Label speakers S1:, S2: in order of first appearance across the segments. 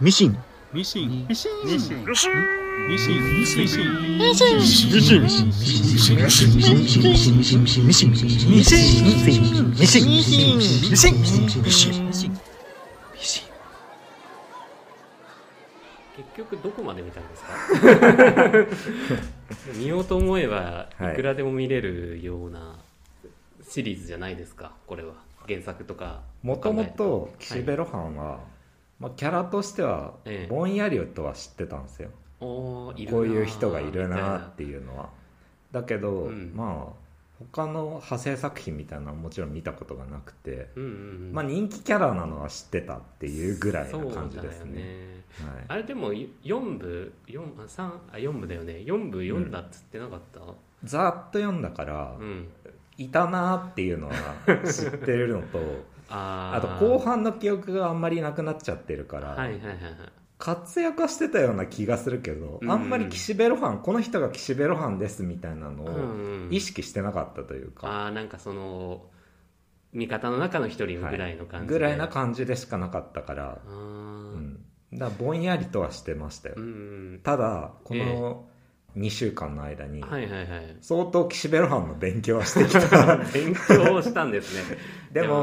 S1: ミシン。
S2: ミシン。ミシン。
S3: ニシ
S4: シン
S3: ン。
S2: ミシン。ミシン。ミシン。
S5: ミシン
S1: ミシン。ミシン。ミシン。ミシン。ミシン。ミシン。ミシン。ミシン。ミシン。ミシン。ミシン。ミシン。ミシン。ミシン。ミシン。ミシン。ミシン。ミシン。
S6: 結局どこまで見たんですか 見ようと思えば
S3: はい
S6: いくらでも見れるようなシリーズじゃないですかこれは原作とか
S3: もともと
S6: 考え
S3: 岸辺露伴は、まあ、キャラとしては
S6: ええ
S3: ぼんやりとは知ってたんですよ、
S6: おーいるな
S3: こ
S6: ー
S3: ういう人がいる
S6: みた
S3: なっていうのはだけど、
S6: うん
S3: まあ他の派生作品みたいなのはもちろん見たことがなくて、
S6: うんうんうん
S3: まあ人気キャラなのは知ってたっていうぐらいの感じです
S6: そうだよ
S3: ねはい、
S6: あれでも4部4あ三あ四部だよね4部読んだっつってなかった、う
S3: ざーっと読んだから、
S6: ん
S3: いたなーっていうのは知ってるのと
S6: あ
S3: あと
S6: ー
S3: 後半の記憶があんまりなくなっちゃってるから、
S6: はいはいはいはい
S3: 活躍はしてたような気がするけど、
S6: うん
S3: あんまり岸辺露伴この人が岸辺露伴ですみたいなの
S6: うん
S3: を
S6: うん
S3: 意識してなかったというか、
S6: ああなんかその味方の中の一人
S3: はい
S6: ぐらいの感じで、
S3: ぐらいな感じでしかなかったから
S6: あ、ー
S3: うん、だからぼんやりとはしてましたよ、
S6: うんうん
S3: ただこの2週間の間に
S6: はいはい はい
S3: 相当岸辺露伴の勉強はしてきた
S6: 勉強をしたん ですね
S3: でも、
S6: いや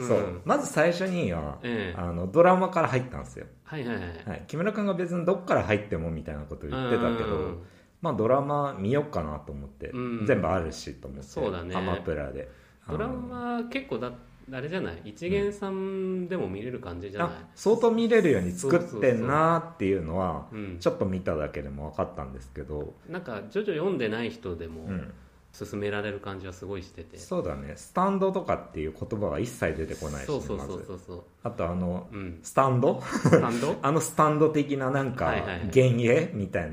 S6: ー
S3: そ
S6: うん
S3: うまず最初には、
S6: ええ
S3: あのドラマから入ったんですよ、
S6: はいはいはい
S3: はい、木村君が別にどっから入ってもみたいなこと言ってたけど、
S6: うん
S3: まあドラマ見よっかなと思って、
S6: うん
S3: 全部あるしと思って
S6: そうだね
S3: アマプラで
S6: ドラマ結構だあれじゃない一元さんでも見れる感じじゃない
S3: あ、相当見れるように作ってんなーっていうのは
S6: うん、
S3: ちょっと見ただけでも分かったんですけど、
S6: なんか徐々読んでない人で
S3: う
S6: も
S3: ん、
S6: 勧められる感じはすごいしてて、
S3: そうだねスタンドとかっていう言葉は一切出てこないし、ね、
S6: そうそうそ
S3: ま
S6: う
S3: ず
S6: そうそう、
S3: あとあの
S6: うん、
S3: スタンド
S6: スタン ド
S3: あのスタンド的ななんか
S6: はいはいはい
S3: 幻影みたい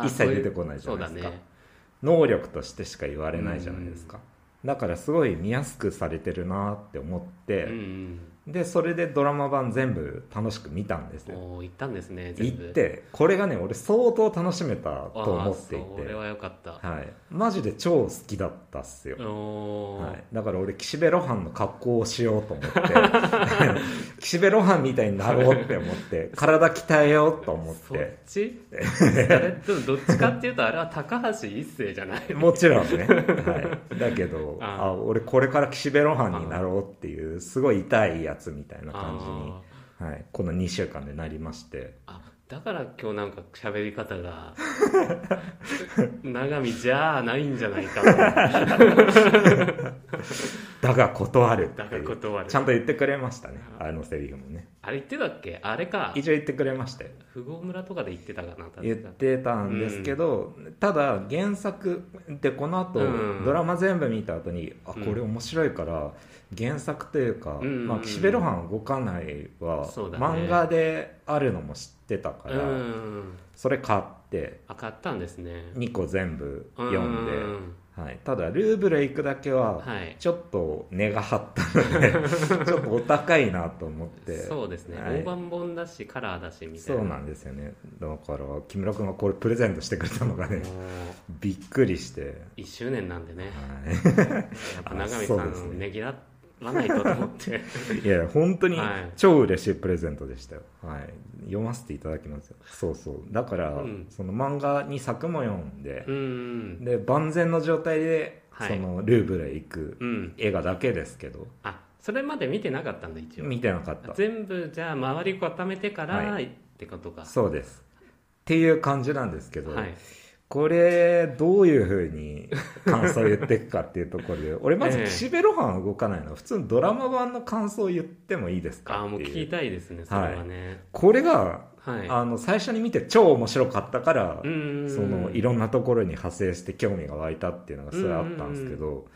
S6: あ
S3: や
S6: ー
S3: つとか一切出てこないじゃないです
S6: そう
S3: か
S6: だね
S3: 能力としてしか言われないじゃないですか、だからすごい見やすくされてるなーって思って、
S6: うん
S3: でそれでドラマ版全部楽しく見たんです
S6: うん
S3: よ
S6: おー行ったんですね
S3: 行
S6: 全部
S3: ってこれがね俺相当楽しめた
S6: あー
S3: と思ってい
S6: それ
S3: て
S6: は良かった、
S3: はい、マジで超好きだったっすよ、
S6: おー
S3: はい、だから俺岸辺露伴の格好をしようと思 って岸辺露伴みたいになろうって思 って体鍛えようと思っ
S6: そって ちそれでもどっちかっていうとあれは高橋一生じゃない
S3: もちろんね、 はい、だけど
S6: あー
S3: あ俺これから岸辺露伴になろうっていうすごい痛いやつみたいな感じに
S6: あー、
S3: はい、この2週間でなりまして
S6: あだから今日なんか喋り方 が長見じゃあないんじゃない かと
S3: だが断るって
S6: だ
S3: いう
S6: から断る
S3: ちゃんと言ってくれましたねあのセリフもね
S6: あれ言ってたっけあれか
S3: 一応言ってくれましたよ
S6: 富豪村とかで言ってたかな確か
S3: 言ってたんですけど、ただ原作でこの後、
S6: うん
S3: ドラマ全部見た後にあこ
S6: うん
S3: れ面白いから原作というか、
S6: うん
S3: まあ、岸辺露伴動かないは、
S6: そうだね
S3: 漫画であるのも知ってたから、
S6: うん
S3: それ買って
S6: あ買ったんですね
S3: 2個全部読ん
S6: う
S3: で、はい、ただルーブル行くだけは、
S6: はい
S3: ちょっと値が張ったの でちょっとお高いなと思って
S6: そうですね、
S3: はい
S6: 大盤本だしカラーだしみたい
S3: そ
S6: な
S3: うなんですよねだから木村君がこれプレゼントしてくれたのがね
S6: もう
S3: びっくりして、
S6: 1周年なんでね
S3: は
S6: やっぱ
S3: あ
S6: 長見さ
S3: そうです
S6: ん
S3: ね
S6: ねぎらわないとと思って
S3: い、いや本当に
S6: はい
S3: 超嬉しいプレゼントでしたよ、はい、読ませていただきますよそうそうだから、
S6: うん
S3: その漫画2作も読んで
S6: う、ん
S3: で万全の状態で、
S6: はい
S3: そのルーブルへ行く
S6: うん
S3: 映画だけですけど
S6: あそれまで見てなかったんだ一応
S3: 見てなかった
S6: 全部じゃあ周り固めてから、
S3: は
S6: ってことか
S3: そうですっていう感じなんですけど、
S6: はい
S3: これどういうふうに感想を言っていくかっていうところで俺まず
S6: ええ
S3: 岸辺露伴は動かないのは普通のドラマ版の感想を言ってもいいですか
S6: ああもう
S3: っていう
S6: 聞いたいですねそれはね
S3: これが、
S6: はい、
S3: あの最初に見て超面白かったから、
S6: うん
S3: そのいろんなところに派生して興味が湧いたっていうのがそれあったんですけど、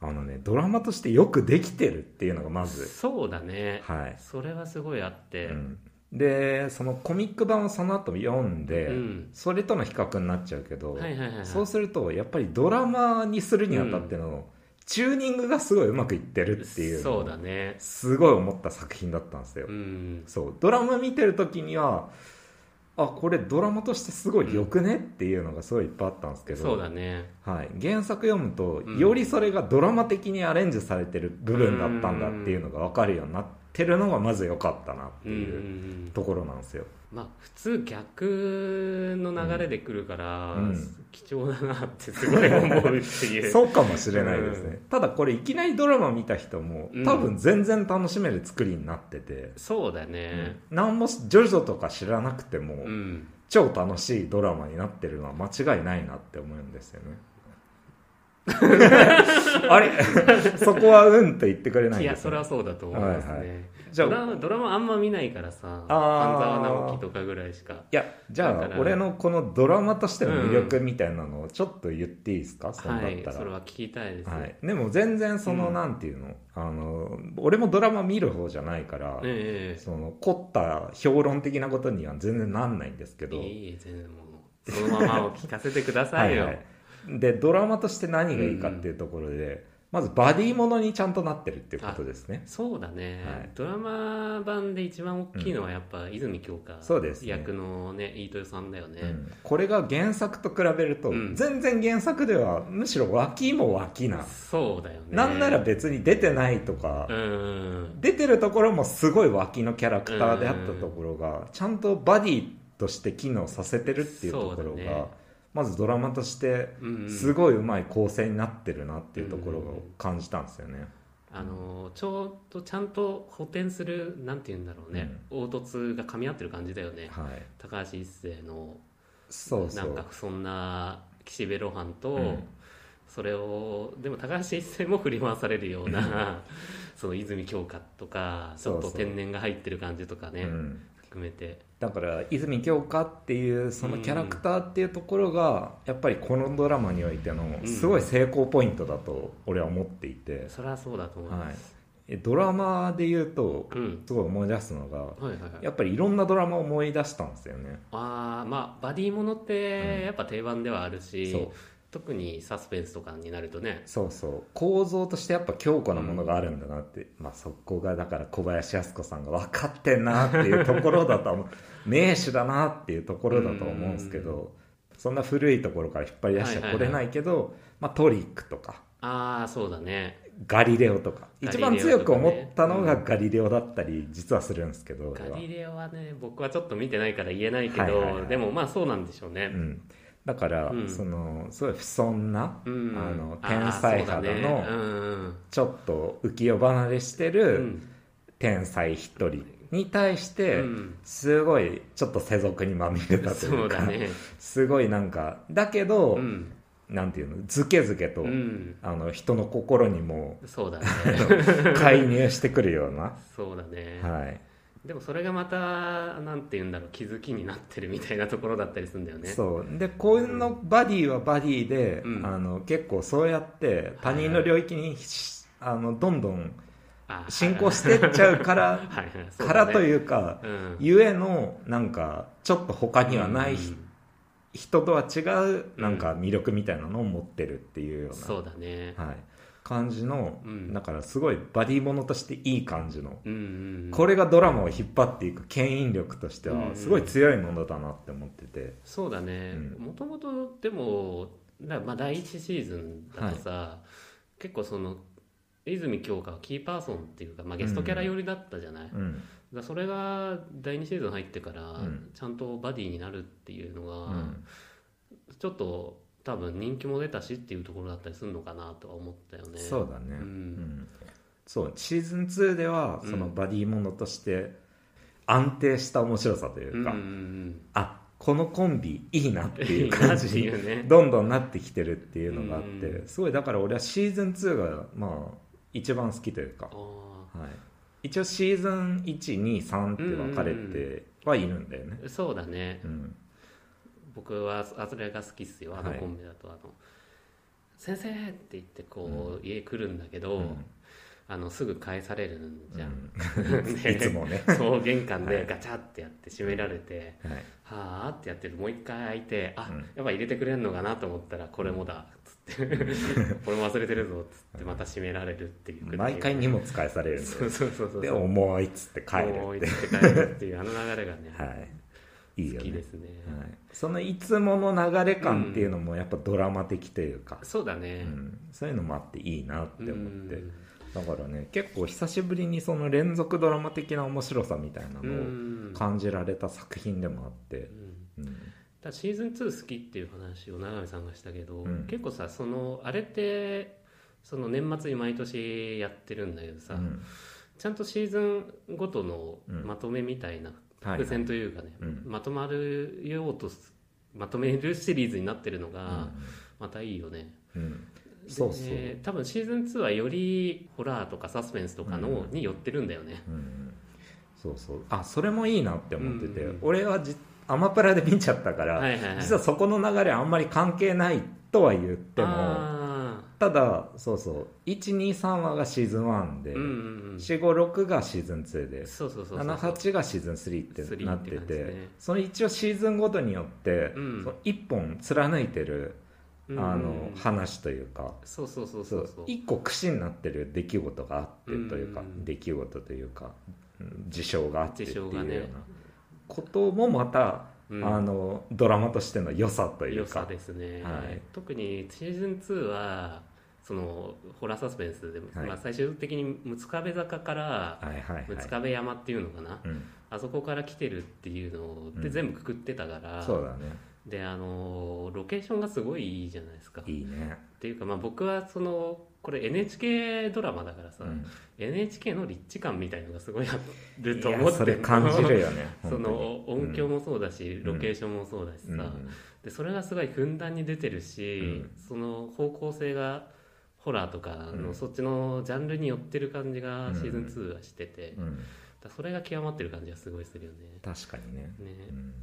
S3: あのねドラマとしてよくできてるっていうのがまず
S6: そうだね、
S3: はい、
S6: それはすごいあって、
S3: うんでそのコミック版をその後読んで、
S6: うん
S3: それとの比較になっちゃうけど、
S6: はいはいはいはい
S3: そうするとやっぱりドラマにするにあたっての、チューニングがすごいうまくいってるっていうのを
S6: そうだね
S3: すごい思った作品だったんですよ、
S6: うん
S3: そうドラマ見てる時にはあこれドラマとしてすごいよくねっていうのがすごいいっぱいあったんですけど、
S6: そうだね
S3: はい、原作読むと
S6: うん
S3: よりそれがドラマ的にアレンジされてる部分だったんだっていうのが分かるようになってるのがまず良かったなって
S6: うんうん
S3: いう
S6: うん
S3: ところなんですよ。
S6: まあ普通逆の流れで来るから、
S3: うん
S6: 貴重だなってすごい思うっていう
S3: そうかもしれないですね。ただこれいきなりドラマ見た人も
S6: うん
S3: 多分全然楽しめる作りになってて、
S6: そうだね
S3: なんもジョジョとか知らなくても
S6: うん、
S3: 超楽しいドラマになってるのは間違いないなって思うんです よね。あれ そこはうんと言ってくれないん
S6: いや
S3: です
S6: そ
S3: ね
S6: れはそうだと思いますね、
S3: はいはじゃ
S6: ド
S3: あ
S6: ラマドラマあんま見ないからさ
S3: あー
S6: 半沢直樹とかぐらいしか
S3: いやじ
S6: だ
S3: ゃ
S6: か
S3: あ
S6: ら
S3: 俺のこのドラマとしての魅力みたいなのをちょっと言っていいですか、そんだ
S6: は
S3: っ
S6: い
S3: たら
S6: それは聞きたいです、
S3: はい、でも全然その、
S6: うん
S3: なんていうのあの俺もドラマ見る方じゃないから、
S6: え
S3: その凝った評論的なことには全然なんないんですけ
S6: え
S3: ど、
S6: いいえ全然もうそのままを聞かせてくださいよ
S3: はいでドラマとして何がいいかっていうところで、まずバディものにちゃんとなってるっていうことですね
S6: そうだね、
S3: はい
S6: ドラマ版で一番大きいのはやっぱ泉鏡花
S3: そうですね
S6: 役のね飯豊さんだよね、
S3: うんこれが原作と比べると、
S6: うん
S3: 全然原作ではむしろ脇も脇な、
S6: そうだよね
S3: なんなら別に出てないとか、
S6: うん
S3: 出てるところもすごい脇のキャラクターであったところが、ちゃんとバディとして機能させてるっていうところ
S6: そう
S3: が、
S6: だね
S3: まずドラマとして
S6: うん
S3: すごいうまい構成になってるなっていうところを感じたんですよね。
S6: あのちょうどちゃんと補填するなんて言うんだろうね、凹凸が噛み合ってる感じだよね
S3: はい、
S6: 高橋一生の
S3: そうそ
S6: なんか
S3: う。
S6: そんな岸辺露伴と、
S3: うん
S6: それをでも高橋一生も振り回されるような その泉鏡花とかち
S3: そ
S6: ょ
S3: う
S6: っ
S3: そ
S6: と
S3: う
S6: 天然が入ってる感じとかね、
S3: うん
S6: 含めて
S3: だから泉鏡花っていうそのキャラクターっていうところがやっぱりこのドラマにおいての
S6: うん
S3: すごい成功ポイントだと俺は思っていて、
S6: それはそうだと思い
S3: は
S6: ま
S3: い
S6: す、
S3: え、ドラマで言うと
S6: うん
S3: すごい思い出すのが
S6: はいはいはい
S3: やっぱりいろんなドラマを思い出したんですよね。
S6: あーまあバディものって
S3: うん
S6: やっぱ定番ではあるし、
S3: そう
S6: 特にサスペンスとかになるとね
S3: そうそう構造としてやっぱ強固なものがあるんだなって、まあそこがだから小林靖子さんが分かってんなっていうところ だと思う名手だなっていうところだと思うんですけどそんな古いところから引っ張り出してはこれないけど、まあ、トリックとか
S6: ああそうだね
S3: ガリレオとか
S6: ガ
S3: 一
S6: リレオとか
S3: 番
S6: ね
S3: 強く思ったのが
S6: うん
S3: ガリレオだったり実はするんですけど、俺
S6: ガ
S3: は
S6: リレオはね僕はちょっと見てないから言えないけど、
S3: はいはいはい
S6: でもまあそうなんでしょうね
S3: う、ん、だから、
S6: うん
S3: そのすごい不損な、
S6: うん
S3: あの
S6: あ
S3: 天
S6: ー
S3: 才肌の、
S6: そうだねうん
S3: ちょっと浮世離れして
S6: う
S3: る、
S6: ん
S3: 天才一人に対して、
S6: うん
S3: すごいちょっと世俗にまみれたとい
S6: そうう
S3: か
S6: だね
S3: すごいなんかだけど、
S6: うん、
S3: なんていうのずけずけと、
S6: うん、
S3: あの人の心にも
S6: そうだ ね
S3: 介入してくるような、
S6: そうだ ね、
S3: はい
S6: でもそれがまたなんて言うんだろう気づきになってるみたいなところだったりするんだよね
S3: そうでこのバディはバディで、
S6: うん
S3: あの結構そうやって他人の領域に、しあのどんどん
S6: あー
S3: 進行してっちゃうから、
S6: はいはいそう
S3: か
S6: だね
S3: らというか、
S6: うん
S3: ゆえのなんかちょっと他にはない人人とは違うなんか魅力みたいなのを持ってるっていうよ
S6: そううだね、
S3: な、はい、感じの、
S6: うん
S3: だからすごいバディものとしていい感じの、
S6: うんうんうん
S3: これがドラマを引っ張っていく牽引力として
S6: う
S3: は
S6: ん
S3: すごい強いものだなって思ってて、
S6: そうだね
S3: う
S6: もともとでもなまあ第一シーズンだとさ、結構その泉鏡花はキーパーソンっていうか、まあ、ゲストキャラ寄りだったじゃない、だか
S3: うん
S6: らそれが第2シーズン入ってから
S3: うん
S6: ちゃんとバディになるっていうの
S3: う
S6: が、
S3: ん
S6: ちょっと多分人気も出たしっていうところだったりするのかなとは思ったよね
S3: そうだね、
S6: うん
S3: うんそうシーズン2では
S6: うん
S3: そのバディものとして安定した面白さというか、
S6: うんうんうん
S3: あこのコンビいいなっていう
S6: いいな
S3: 感
S6: って
S3: じに
S6: いう ね
S3: どんどんなってきてるっていうのがあっ
S6: う
S3: てすごいだから俺はシーズン2がまあ一番好きというか
S6: あ、あ
S3: はい、一応シーズン123って分かれてはいるんだよね、
S6: そうだね
S3: うん、
S6: 僕はあそれが好きっすよあの
S3: はい
S6: コンビだと、あの「先生!」って言ってこう、家来るんだけど、
S3: うん
S6: あのすぐ返されるんじゃん、
S3: うん いつもね、
S6: そう玄関
S3: は
S6: で
S3: い
S6: ガチャってやって閉められて
S3: はい、
S6: 「はあ」ってやってるもう一回開いて「あ、
S3: うん
S6: やっぱ入れてくれんのかな」と思ったら「これもだ」っ つって「これも忘れてるぞ」っつってまた閉められるっていう
S3: 毎回荷
S6: も
S3: 物返されるん
S6: そうそうそうそう
S3: でで重いっつって帰
S6: もう
S3: るっ
S6: 行
S3: て
S6: って帰るっていうあの流れが ね、
S3: はいいいよ
S6: 好
S3: ね
S6: きですね、
S3: はい、そのいつもの流れ感っていうのもやっぱドラマ的というか、
S6: そうだね、
S3: うんそういうのもあっていいなって思って、
S6: うん
S3: だからね結構久しぶりにその連続ドラマ的な面白さみたいな
S6: う
S3: のを
S6: ん
S3: 感じられた作品でもあって
S6: う、ん
S3: う
S6: だ
S3: ん
S6: からシーズン2好きっていう話を永見さんがしたけど、
S3: うん
S6: 結構さそのあれってその年末に毎年やってるんだけどさ、
S3: うん
S6: ちゃんとシーズンごとの
S3: うん
S6: まとめみたいな
S3: はい
S6: 伏線というかね、
S3: うん
S6: まとまるようとすまとめるシリーズになってるのがまたいいよね、
S3: うんうんそうそう、
S6: で多分シーズン2はよりホラーとかサスペンスとかの、
S3: うん
S6: に寄ってるんだよね
S3: うん、そうそうあそれもいいなって思ってて、
S6: うん
S3: 俺はじアマプラで見ちゃったから、
S6: はいはいはい
S3: 実はそこの流れあんまり関係ないとは言っても
S6: あ
S3: ただそうそう123話がシーズン1で、
S6: ーうんうんうんそう
S3: 456がシーズン2で
S6: そうそうそう
S3: 78がシーズン3って
S6: 3
S3: なってて
S6: って感じですね
S3: その一応シーズンごとによって、
S6: うん
S3: その1本貫いてる、
S6: うん
S3: あの話というか、
S6: そうそうそう
S3: そ
S6: そううそう
S3: 一個串になってる出来事があってというか、
S6: うん
S3: 出来事というかうん事象があってっていうような
S6: 事象がね
S3: こともまた、
S6: うん
S3: あのドラマとしての良さという
S6: 良
S3: か
S6: さですね、
S3: はい
S6: 特にシーズン2はそのホラーサスペンスで、
S3: はい
S6: まあ、最終的に六壁坂から
S3: はいはい
S6: 六
S3: は
S6: 壁山っていうのかな、
S3: い、うん、
S6: あそこから来てるっていうので
S3: うん
S6: 全部くくってたから、
S3: そうだね
S6: であのロケーションがすごいいいじゃないですか
S3: いいね、
S6: っていうか、まあ、僕はそのこれ NHK ドラマだからさ、
S3: うん
S6: NHK の立地感みたいのがすごいあると
S3: い
S6: 思っ
S3: や
S6: て
S3: それ感じるよね
S6: その
S3: 本当に
S6: 音響もそうだし、
S3: ん
S6: ロケーションもそうだしさ、
S3: うんうん
S6: でそれがすごいふんだんに出てるし、
S3: うん
S6: その方向性がホラーとかの、
S3: うん
S6: そっちのジャンルに寄ってる感じが
S3: うん
S6: シーズン2はしてて、
S3: う
S6: だか
S3: ん
S6: らそれが極まってる感じがすごいするよね。
S3: 確かにね、
S6: ね
S3: うん、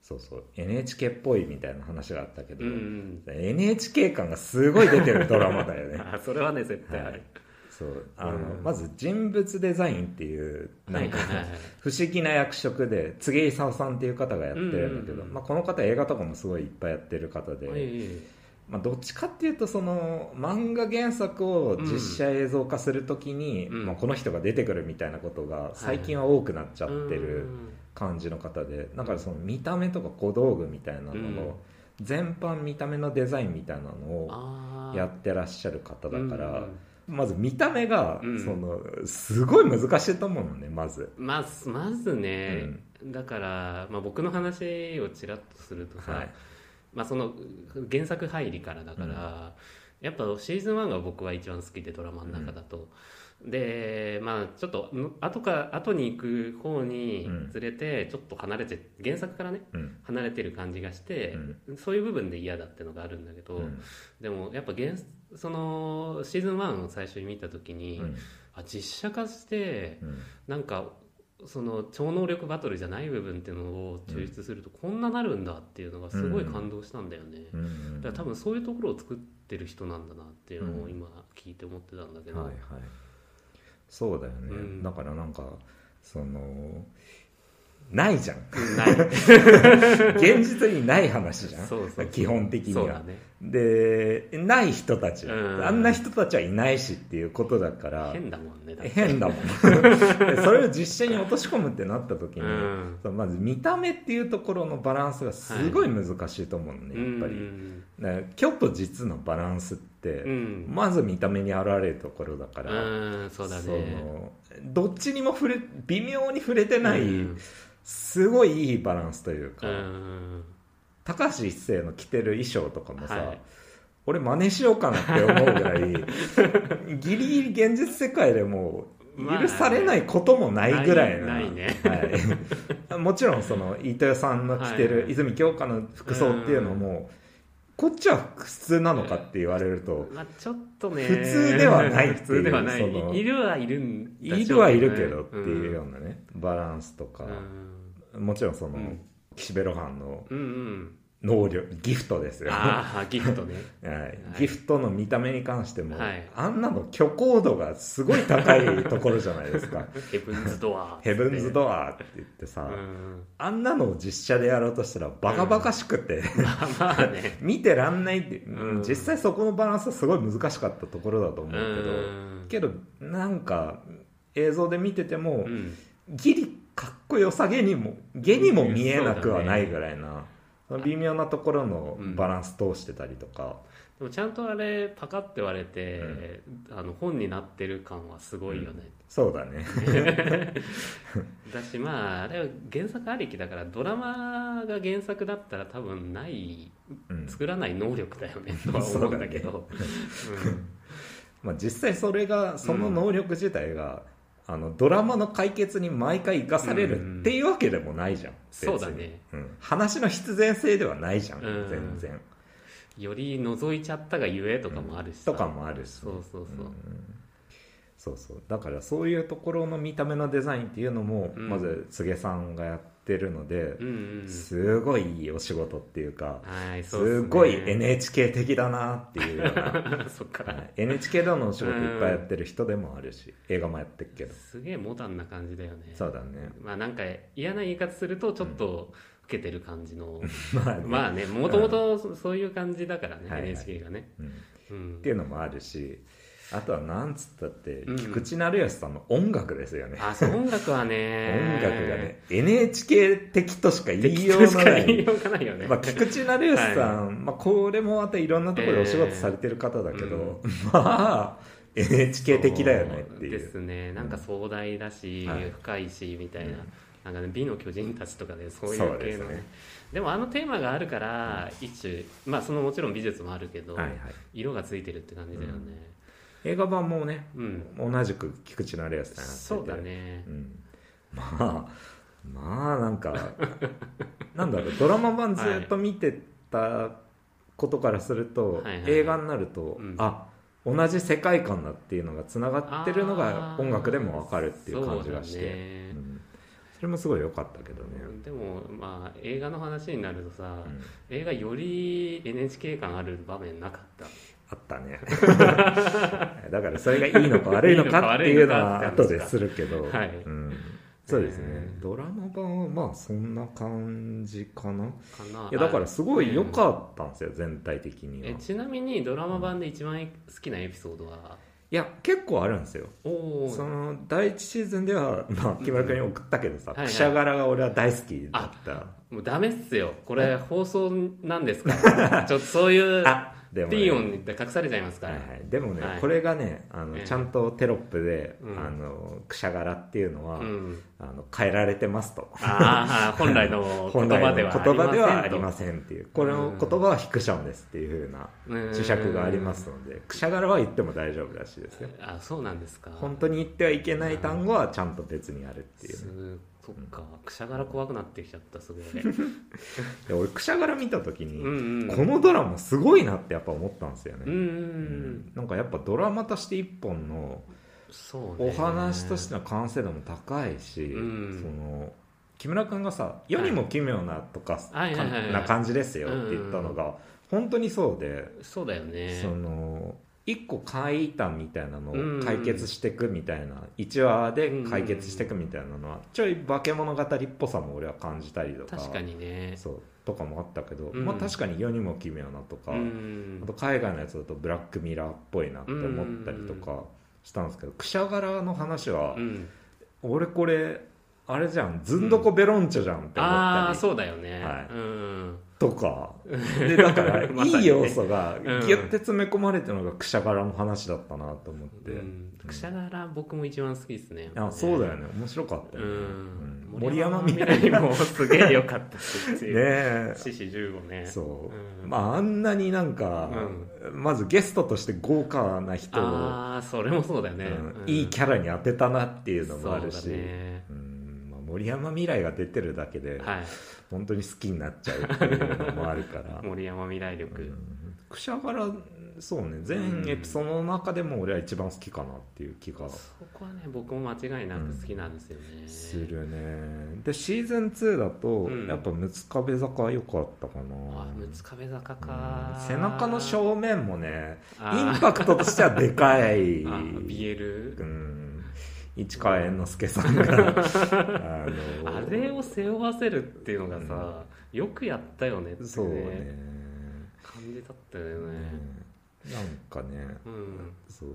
S3: そうそう NHK っぽいみたいな話があったけど、
S6: うん
S3: NHK 感がすごい出てるドラマだよ
S6: うん、
S3: ね
S6: あそれはね絶対ある、
S3: そうあの、
S6: うん
S3: まず人物デザインっていうなんか
S6: はいはいはいはい
S3: 不思議な役職で柘植勲さんっていう方がやってるんだけど、
S6: うんうんうん
S3: まあ、この方映画とかもすごいいっぱいやってる方で、
S6: おいおいおい
S3: まあ、どっちかっていうとその漫画原作を実写映像化するときに、
S6: うん
S3: まあ、この人が出てくるみたいなことが最近は多くなっちゃって
S6: う
S3: る
S6: ん
S3: 感じの方でだからその見た目とか小道具みたいなの
S6: うん
S3: の全般見た目のデザインみたいなのを
S6: あー
S3: やってらっしゃる方だから。
S6: うん
S3: まず見た目が、
S6: うん
S3: そのすごい難しいと思うのねまず、
S6: まずまずね、
S3: うん
S6: だから、まあ、僕の話をちらっとするとさ、
S3: はい
S6: まあ、その原作入りからだから、やっぱシーズン1が僕は一番好きでドラマの中だと、でまあちょっとん後か後に行く方に
S3: うん
S6: ずれてちょっと離れて原作からね
S3: うん
S6: 離れてる感じがして、そういう部分で嫌だってのがあるんだけど、
S3: うん
S6: でもやっぱ原そのシーズン1を最初に見た時に、
S3: うん
S6: あ実写化して
S3: うん
S6: なんかその超能力バトルじゃない部分っていうのを抽出するとこんななるんだっていうのがすごい感動したんだよね、
S3: うんうん
S6: だから多分そういうところを作ってる人なんだなっていうのを今聞いて思ってたんだけど、
S3: はいはいそうだよね、
S6: うん
S3: だからなんかそのないじゃん
S6: うんない
S3: 現実にない話じゃん
S6: そうそう
S3: 基本的に
S6: そうだ
S3: は、
S6: ね
S3: でない人たち、
S6: うん
S3: あんな人たちはいないしっていうことだから
S6: 変だもんねだって
S3: 変だもんでそれを実写に落とし込むってなった時に、
S6: うん
S3: そのまず見た目っていうところのバランスがすごい難しいと思うのね、やっぱり、
S6: うん
S3: だから虚と実のバランスって、
S6: うん、
S3: まず見た目に現れるところだか
S6: う
S3: ら、
S6: んそうだね
S3: のどっちにも触れ微妙に触れてない、
S6: うん
S3: すごいいいバランスというか、
S6: うん
S3: 高橋一生の着てる衣装とかもさ、
S6: はい
S3: 俺真似しようかなって思うぐらい ギリギリ現実世界でもう許されないこともないぐらいな,、
S6: まあないね
S3: はい、 もちろんその飯豊さんの
S6: は
S3: 着て
S6: い
S3: る
S6: はい
S3: 泉鏡花の服装っていうのもこっちは普通なのかって言われると
S6: まあ、ちょっとね
S3: 普通ではないっていう
S6: 普通ではない
S3: その
S6: いいるはいるんだ
S3: いるはいるけどっていうようなねバランスとか
S6: うん
S3: もちろんその
S6: うん
S3: 岸辺露伴の
S6: うんうん
S3: 能力ギフトですよ
S6: ああギフトね
S3: はい、ギフトの見た目に関しても、
S6: はい
S3: あんなの虚構度がすごい高いところじゃないです か
S6: ヘブンズドア
S3: ヘブンズ・
S6: ア
S3: ドアーって言ってさ、
S6: うん
S3: あんなのを実写でやろうとしたらバカバカしくて、
S6: まあまあね
S3: 見てらんないって、
S6: うん
S3: 実際そこのバランスはすごい難しかったところだと思
S6: う
S3: う
S6: ーん
S3: けど、けどなんか映像で見てても、
S6: うん
S3: ギリかっこよさげにもげにも見えなくはないぐらいな、その微妙なところのバランス通してたりとか、
S6: でもちゃんとあれパカって割れて、あの本になってる感はすごいよね、
S3: そうだね
S6: だしまああれは原作ありきだからドラマが原作だったら多分ない
S3: うん
S6: 作らない能力だよねとは思うんだけど
S3: まあ、実際それがその能力自体が、あのドラマの解決に毎回生かされるっていうわけでもないじゃん、別に
S6: そうだね、
S3: うん、話の必然性ではないじゃん、
S6: うん
S3: 全然
S6: うんより覗いちゃったがゆえとかもあるしさ、
S3: とかもあるし、
S6: そうそうそう、
S3: んそうそうだからそういうところの見た目のデザインっていうのも、
S6: うん
S3: まず柘植さんがやってるので
S6: う、んうん
S3: すごいいいお仕事っていうか、
S6: はいそうっね
S3: すごい NHK 的だなっていう ような
S6: そっか、
S3: はい NHK でのお仕事いっぱいやってる人でもあるし、映画もやってるけど
S6: すげえモダンな感じだよね
S3: そうだね
S6: まあなんか嫌な言い方するとちょっと老けてる感じの、
S3: まあね、
S6: まあねもともとそういう感じだからね、
S3: はいはい
S6: NHK がね、
S3: うんっ
S6: うん
S3: ていうのもあるしあとはなんつったって、
S6: うん
S3: 菊池成吉さんの音楽ですよね
S6: あそう音楽は
S3: 音
S6: ね
S3: 楽がね NHK 的としか言い
S6: 適
S3: よ
S6: 当
S3: う
S6: し
S3: の
S6: か
S3: な
S6: 言い
S3: い
S6: ようがないよね、
S3: まあ、菊池成吉さん、まあ、これもまたいろんなところでお仕事されてる方だけど、 まあ NHK 的だよねってい
S6: そうですねなんか壮大だし、
S3: はい
S6: 深いしみたいな,、
S3: うん
S6: なんかね、美の巨人たちとかねそういう
S3: そうで
S6: 系
S3: す
S6: のねで
S3: ね
S6: もあのテーマがあるから、一種まあそのもちろん美術もあるけど、
S3: はいはい
S6: 色がついてるって感じだよね
S3: 映画版もね
S6: うん、
S3: 同じく菊池成吉さんやってて
S6: そうだね
S3: うん、まあまあなんか なんだろうドラマ版ずっと見てたことからすると、
S6: はいはい
S3: 映画になると、
S6: うん
S3: あ同じ世界観だっていうのがつながってるのが
S6: あー
S3: 音楽でもわかるっていう感じがし
S6: そうだ
S3: て
S6: ね
S3: そ,、ん、それもすごい良かったけどね、
S6: でもまあ映画の話になるとさ、
S3: うん
S6: 映画より NHK 感ある場面なかった
S3: あったね だからそれがいいの か悪いのかっていうのは後でするけど、
S6: はい
S3: うん、そうですね、
S6: えー
S3: ドラマ版はまあそんな感じかな
S6: かない
S3: やだからすごい良かったんですよ、全体的には
S6: え
S3: い
S6: ちなみにドラマ版で一番好きなエピソードは
S3: や結構あるんですよ
S6: お
S3: そ
S6: お
S3: の第一シーズンでは、まあ、木村君に送ったけどさ、
S6: はいはい
S3: くしゃがらが俺は大好きだった
S6: もうダメっすよこれ放送なんですから ちょっとそういう
S3: あでも、ね
S6: ピーヨンで隠されちゃいますか
S3: はい
S6: ら、
S3: はい、でもね、
S6: はい
S3: これがねあの、
S6: ええ
S3: ちゃんとテロップで、
S6: うん
S3: あのくしゃがらっていうのは、
S6: うん、
S3: あの変えられてますと
S6: ああ本来の言
S3: 本
S6: 葉
S3: 来
S6: で
S3: の
S6: は
S3: 言葉ではあり
S6: と
S3: ませんっていうこれの言葉はフィクションですっていうふうな
S6: うん
S3: 注釈がありますのでくしゃがらは言っても大丈夫らしいですよ
S6: あそうなんですか
S3: 本当に言ってはいけない単語はちゃんと別にあるっていう
S6: す
S3: ね
S6: そっかくしゃがら怖くなってきちゃったすごい
S3: で俺くしゃがら見た時
S6: う
S3: に
S6: んうん
S3: このドラマすごいなってやっぱ思ったんですよ
S6: う
S3: ね
S6: んうん
S3: う
S6: うん
S3: んなんかやっぱドラマとして一本の
S6: そうね
S3: お話としての完成度も高いし
S6: うん
S3: その木村君がさ「世にも奇妙な」とか
S6: はいはいはいはい
S3: な感じですよって言ったのが本当にそうで
S6: そうだよね
S3: その一個簡易談みたいなのを解決していくみたいな1話で解決していくみたいなのはちょい化け物語っぽさも俺は感じたりとか
S6: 確かにね
S3: そうとかもあったけど、
S6: うん
S3: まあ、確かに世にも奇妙なとか、
S6: うん
S3: あと海外のやつだとブラックミラーっぽいなって思ったりとかしたんですけど、くしゃがらの話は、
S6: うん
S3: 俺これあれじゃんずんどこベロンチョじゃんって思
S6: ああ
S3: ったり
S6: そうだよね、
S3: はい
S6: うん
S3: とか、でだから
S6: まさにね
S3: いい要素が
S6: う
S3: ギ
S6: ん
S3: ュッて詰め込まれてるのがくしゃがらの話だったなと思って、
S6: うん、くしゃがら僕も一番好きですね
S3: あそうだよね面白かった
S6: う
S3: よね、
S6: ん、
S3: うん森山未
S6: 未
S3: 来
S6: 来
S3: も
S6: もすげえ良かったしっていう
S3: ね
S6: 獅子15ね
S3: そう、
S6: うん
S3: まああんなになんか、まずゲストとして豪華な人を、
S6: ああそれもそうだよね、
S3: うんいいキャラに当てたなっていうのもあるし
S6: そうだね
S3: うんまあ、森山未来が出てるだけで、
S6: はい
S3: 本当に好きになっちゃうっていうのもある から、
S6: 森山未来力、
S3: うんくしゃがらそうね全エピソードの中でも俺は一番好きかなっていう気が
S6: そこはね僕も間違いなく好きなんですよね、
S3: するね、でシーズン2だと、
S6: うん
S3: やっぱ六壁坂良かったかな
S6: あ六壁坂
S3: う
S6: か
S3: ん背中の正面もね
S6: あ
S3: イ
S6: ー
S3: ンパクトとしてはでか い
S6: あー BL
S3: うん市川猿之助さん があの
S6: あれを背負わせるっていうのがさ、よくやったよねって、ね
S3: そうね
S6: 感じだったよね、
S3: うんなんかね
S6: うん
S3: そう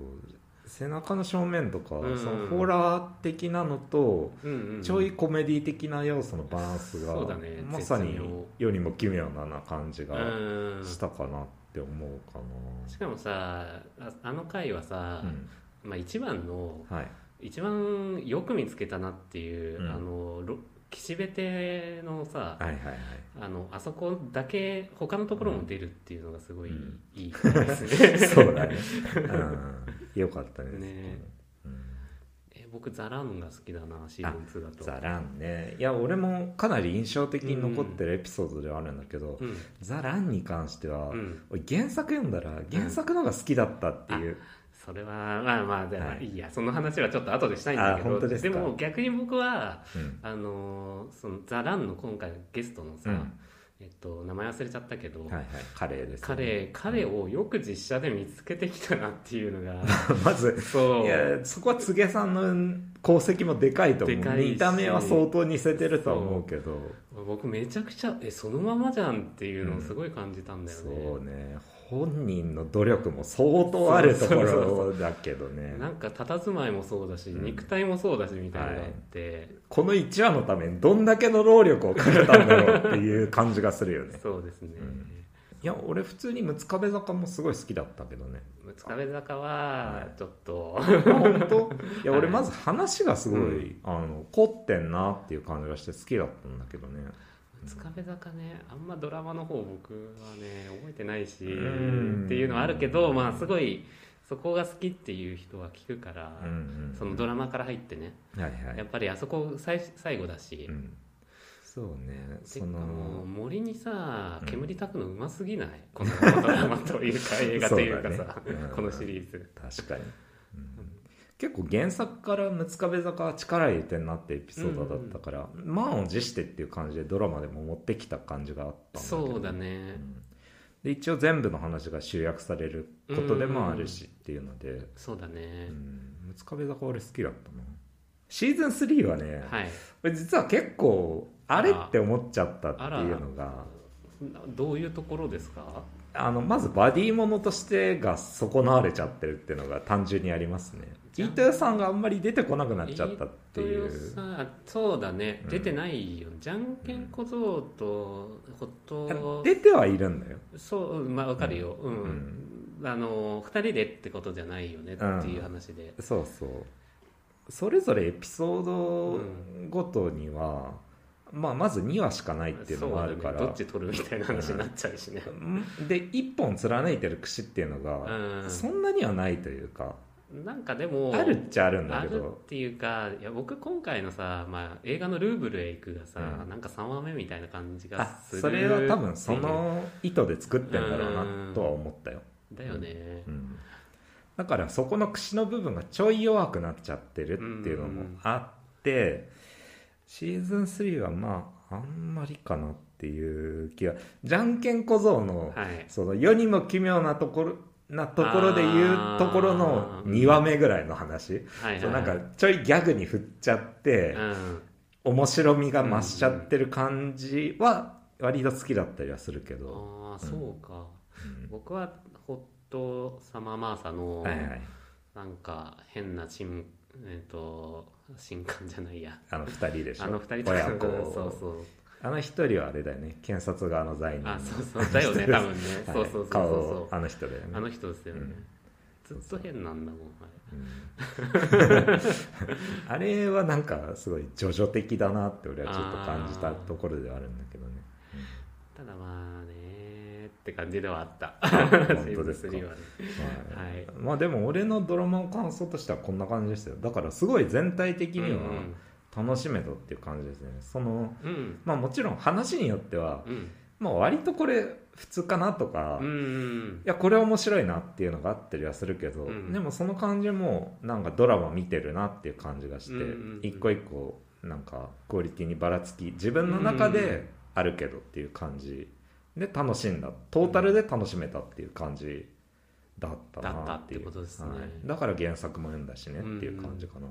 S3: 背中の正面とか、
S6: うん
S3: そのホラー的なのと
S6: うんうん、
S3: ちょいコメディ的な要素のバランスが、
S6: そうだね
S3: まさに
S6: 絶妙
S3: 世にも奇妙な感じ
S6: う
S3: が
S6: ん
S3: したかなってって思うか
S6: しかもさああの回はさ
S3: な、、うん
S6: まあ、一番の
S3: はい
S6: 一番よく見つけたなっていう、
S3: うん
S6: あのろ岸辺亭のさ、
S3: はいはいはい
S6: あのあそこだけ他のところも出るっていうのがすごい、
S3: うん
S6: いいですね
S3: そうだね、うん、よかったね
S6: ね
S3: うん
S6: え僕ザランが好きだなシーズン2だと
S3: ザ・ランねいや俺もかなり印象的に残ってるエピソードではあるんだけど、
S6: うん
S3: ザ・ランに関しては、
S6: うん
S3: 俺原作読んだら原作の方が好きだったっていう、
S6: それはまあまあで
S3: はい
S6: い、いやその話はちょっと後でしたいんだけ
S3: あ本
S6: ど
S3: 当ですか
S6: も逆に僕は
S3: うん
S6: あのーそのザ・ランの今回のゲストのさ、
S3: うん
S6: えっと、名前忘れちゃったけど、
S3: はいはいカレーです、
S6: 彼彼をよく実写で見つけてきたなっていうの が
S3: まず
S6: そう
S3: いやそこは柘植さんの功績もでかいと思
S6: で
S3: う
S6: かいし
S3: 見た目は相当似せてるとは思うけど
S6: 僕めちゃくちゃえそのままじゃんっていうのをすごい感じたんだよ
S3: そう
S6: ね、
S3: ね本人の努力も相当あるとこ
S6: そうそうそ
S3: ろだけどね
S6: なんか佇まいもそうだし、
S3: うん
S6: 肉体もそうだしみたいなのがあって、
S3: この1話のためにどんだけの労力をかけたんだろうっていう感じがするよ ね
S6: そうですね、
S3: うんいや俺普通に六壁坂もすごい好きだったけど ね
S6: 六壁坂はちょっと、
S3: あ本当いや俺
S6: はい
S3: まず話がすごい、
S6: う
S3: あの凝ってんなっていう感じがして好きだったんだけどね
S6: 六壁坂ねあんまドラマの方僕はね覚えてないし、
S3: うん
S6: っていうのはあるけどまあすごいそこが好きっていう人は聞くから、
S3: うんうん
S6: そのドラマから入ってね
S3: はいはい
S6: やっぱりあそこ最最後だし、
S3: うんそうね
S6: て
S3: そ
S6: かも
S3: の
S6: う森にさ
S3: うん
S6: 煙たくのうますぎない、このドラマという か映画というかさ
S3: そうだねうん
S6: このシリーズ
S3: 確かに、うん結構原作から六壁坂は力入れてんなってエピソードだったから、満を持してっていう感じでドラマでも持ってきた感じがあったんだけど
S6: そうだ
S3: う
S6: ね、
S3: んで一応全部の話が集約されることでもあるしっていうので、
S6: そうだね
S3: う、ん、六壁坂俺好きだったなシーズン3はね、
S6: はい
S3: 俺実は結構あれって思っちゃったっていうのが
S6: などういうところですか
S3: あのまずバディものとしてが損なわれちゃってるっていうのが単純にありますね
S6: じゃあ
S3: 飯豊さんがあんまり出てこなくなっちゃったってい
S6: 飯豊
S3: う
S6: さんあそうだね、
S3: うん
S6: 出てないよじゃんけん小僧とホット
S3: 出てはいるんだよ
S6: そうまあわかるようん、
S3: う
S6: あの2人でってことじゃないよねっていう話で、
S3: そうそうそれぞれエピソードごとには、まあ、まず2話しかないっていうのもある
S6: そ
S3: か
S6: うだね
S3: ら
S6: どっち取るみたいな話になっちゃうしね、
S3: うんで1本貫いてる櫛っていうの
S6: う
S3: が、
S6: ん
S3: そんなにはないというか
S6: なんかでも
S3: あるっちゃあるん
S6: あ
S3: だけ
S6: る
S3: ど
S6: っていうかいや僕今回のさ、まあ、映画の「ルーブルへ行く」がさ、
S3: うん
S6: なんか3話目みたいな感じが
S3: あ
S6: する
S3: それは多分その意図で作ってんだろうなとは思ったよ
S6: だよね、
S3: うんだからそこの櫛の部分がちょい弱くなっちゃってるっていうのもあって、シーズン3はまああんまりかなっていう気がじゃんけん小僧の
S6: はい
S3: その世にも奇妙なところなところで言うところの
S6: あー
S3: 2話目ぐらいの話
S6: はいはい
S3: そうなんかちょいギャグに振っちゃって
S6: うん
S3: 面白みが増しちゃってる感じは割と好きだったりはするけど、
S6: ああ
S3: うん
S6: そうか、
S3: うん
S6: 僕はホットサマーマーサの
S3: はいはい
S6: なんか変な新えっ、と新刊じゃないや
S3: あの2人でしょ
S6: あの二人と
S3: 親
S6: か
S3: 子
S6: そうそう
S3: あの一人はあれだよね検察側の罪人
S6: あそうそうだよ ね多分ね、
S3: はい
S6: そうそうそう
S3: 顔
S6: そう
S3: あの人だよね
S6: あの人ですよね、
S3: うん
S6: ずっと変なんだもんあれ
S3: うん あれはなんかすごい叙々的だなって俺はちょっと感じたところではあるんだけどね
S6: ただまあねって感じではあった
S3: 本当ですか
S6: シーズン3はね
S3: まあ
S6: はい
S3: まあでも俺のドラマの感想としてはこんな感じでしたよだからすごい全体的には楽しめたっていう感じですねその
S6: うんうん
S3: まあもちろん話によっては
S6: うん
S3: まあ割とこれ普通かなとか、
S6: うんう
S3: い
S6: ん
S3: やこれ面白いなっていうのがあったりはするけど、
S6: うん
S3: でもその感じもなんかドラマ見てるなっていう感じがして、
S6: うんうんうん
S3: 一個一個なんかクオリティにばらつき自分の中であるけどっていう感じで楽しんだトータルで楽しめたっていう感じだったなっていう
S6: だったってことですね
S3: はいだから原作も読んだしねっていう感じかな、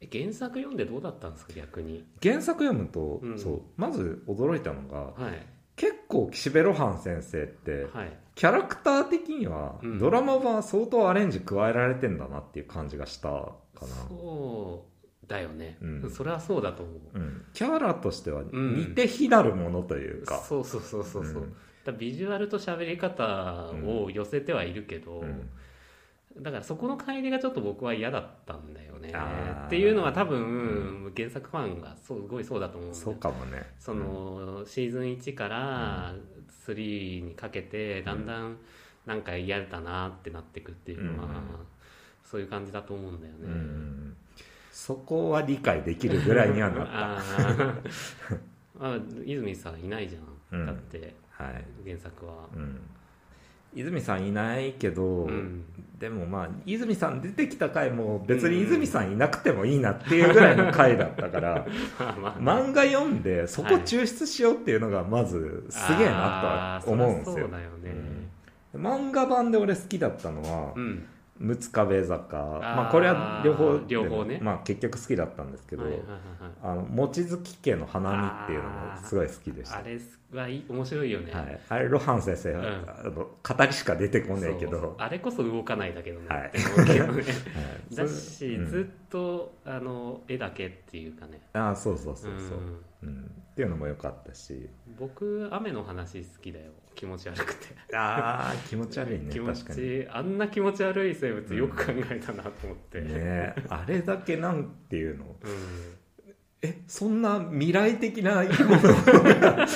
S6: え原作読んでどうだったんですか逆に
S3: 原作読むと、
S6: うん
S3: そうまず驚いたのが
S6: はい
S3: 結構岸辺露伴先生って
S6: はい
S3: キャラクター的には、
S6: うん
S3: ドラマ版は相当アレンジ加えられてんだなっていう感じがしたかな。
S6: そうだよね、
S3: うん
S6: それはそうだと思う
S3: うん、キャラとしては
S6: ん
S3: 似て非なるものというか、
S6: そうそうそうそうそう、
S3: うん
S6: だからビジュアルと喋り方を寄せてはいるけど、
S3: うん
S6: だからそこの乖離がちょっと僕は嫌だったんだよね
S3: あー
S6: っていうのは多分、原作ファンがそうすごいそうだと思うんだよ
S3: そうかもね
S6: その、シーズン1から3にかけてだんだんなんか嫌だなってなってくっていうのは、
S3: うん
S6: そういう感じだと思うんだよね。
S3: うん、うん、そこは理解できるぐらいにはなった
S6: あーあ泉さんいないじゃん、
S3: うん
S6: だって
S3: はい、
S6: 原作は。
S3: うん、泉さんいないけど、
S6: うん
S3: でもまあ泉さん出てきた回も別に泉さんいなくてもいいなっていうぐらいの回だっ たから、
S6: まあまあ
S3: 漫画読んでそこ抽出しようっていうのがまずすげえなとは思うんで
S6: あ
S3: す
S6: ーそりゃそ
S3: よ
S6: うだよね。
S3: 漫画版で俺好きだったのは
S6: う、ん。
S3: 六壁坂まあ、
S6: あー
S3: これは両方
S6: 両方ね
S3: まあ、結局好きだったんですけど、
S6: はいはいはいはい
S3: あの望月家の花見っていうのもすごい好きでした
S6: あれはい面白いよね。
S3: はい、あれ露伴先生、
S6: ん
S3: あの語りしか出てこねえけど、
S6: そ
S3: は
S6: うあれこそ動かないだけどね、
S3: はい
S6: って思うけどね
S3: い、
S6: だ
S3: そ
S6: し、
S3: れうん
S6: ずっとあの絵だけっていうかね
S3: ああそうそうそうそう、
S6: ん
S3: うんっていうのも良かったし
S6: 僕雨の話好きだよ気持ち悪くて
S3: ああ 気持ち悪いね
S6: 気持
S3: 確かに
S6: ちあんな気持ち悪い生物よく考えたなと思って、
S3: ねあれだけなんていうの
S6: うん
S3: えそんな未来的な生き物が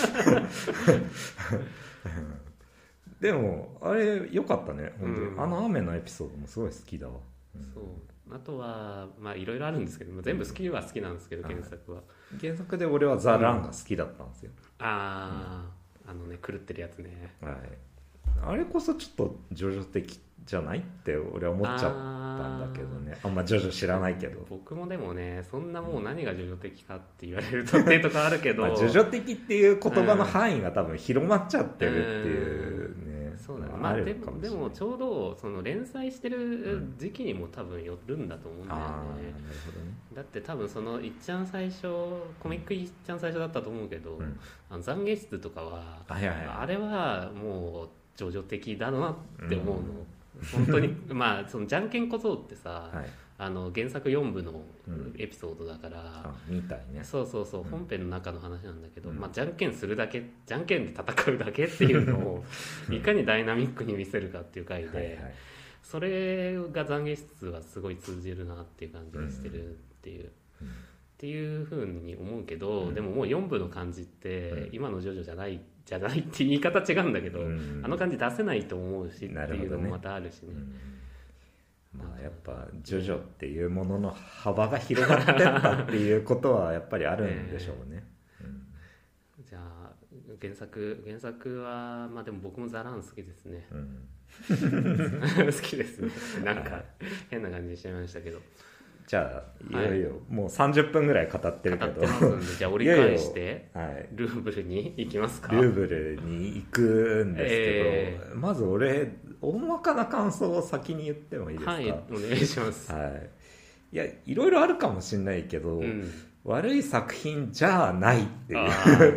S3: でもあれ良かったね本当に、
S6: うん
S3: あの雨のエピソードもすごい好きだわ、
S6: そうあとはまあいろいろあるんですけども全部好きは好きなんですけど
S3: はい
S6: 原作は、
S3: 原作で俺は「ザ・ラン」が好きだったんですよ、
S6: ああ、あのね狂ってるやつね
S3: はい、あれこそちょっとジョジョ的じゃないって俺は思っちゃったんだけどねあんまジョジョ知らないけど、
S6: 僕もでもねそんなもう何が叙々的かって言われるとっていうとこあるけど、
S3: まあ、ジョジョ的っていう言葉の範囲が多分広まっちゃってるっていうね、
S6: そうだね、
S3: の
S6: まあ、
S3: る
S6: で
S3: か
S6: も
S3: し
S6: で
S3: れない
S6: もちょうどその連載して
S3: う
S6: る
S3: ん
S6: 時期にも多分よるんだと思うんだよ
S3: ああ
S6: ね、
S3: なるほどね
S6: だって多分そのいっちゃん最初コミックいっちゃん最初だったと思うけど、
S3: うん
S6: あの懺悔室とかは、
S3: はいはいはい
S6: あれはもう叙々的だなって思うの、本当に まあそのじゃんけん小僧ってさ、
S3: はい
S6: あの原作4部の
S3: うん
S6: エピソードだから
S3: あ、みたいね
S6: そうそうそう、
S3: うん
S6: 本編の中の話なんだけど、
S3: うん
S6: まあ、じゃんけんするだけじゃんけんで戦うだけっていうの をいかにダイナミックに見せるかっていう回で、
S3: はいはい
S6: それが懺悔室はすごい通じるなっていう感じがしてるっていう。
S3: うん
S6: っていうふうに思うけど、
S3: うん
S6: でももう4部の感じって、
S3: うん
S6: 今のジョジョじゃないじゃないって言 い方違うんだけど、
S3: うん
S6: あの感じ出せないと思うしって
S3: なる
S6: い
S3: ほ
S6: う
S3: ど
S6: の
S3: ね
S6: もまたあるしね
S3: うんまあやっぱジョジョっていうものの幅が広がってったっていうことはやっぱりあるんでしょ うね、うん
S6: じゃあ原作原作はまあでも僕もザラン好きです ね
S3: うん
S6: 好きですねなんか変な感じにしちゃいましたけど
S3: じゃあ
S6: はい
S3: いよいよ、もう30分ぐらい語って
S6: 語
S3: る
S6: っ
S3: け
S6: て
S3: ど
S6: ます んでじゃあ折り返し
S3: いよ
S6: て
S3: いよはい、
S6: ルーブルに行きますか
S3: ルーブルに行くんですけど、まず俺大まかな感想を先に言ってもいいですか
S6: はい
S3: は
S6: お願いします、
S3: い、い、やいろいろあるかもしれないけど、
S6: うん、
S3: 悪い作品じゃないってい
S6: あ
S3: う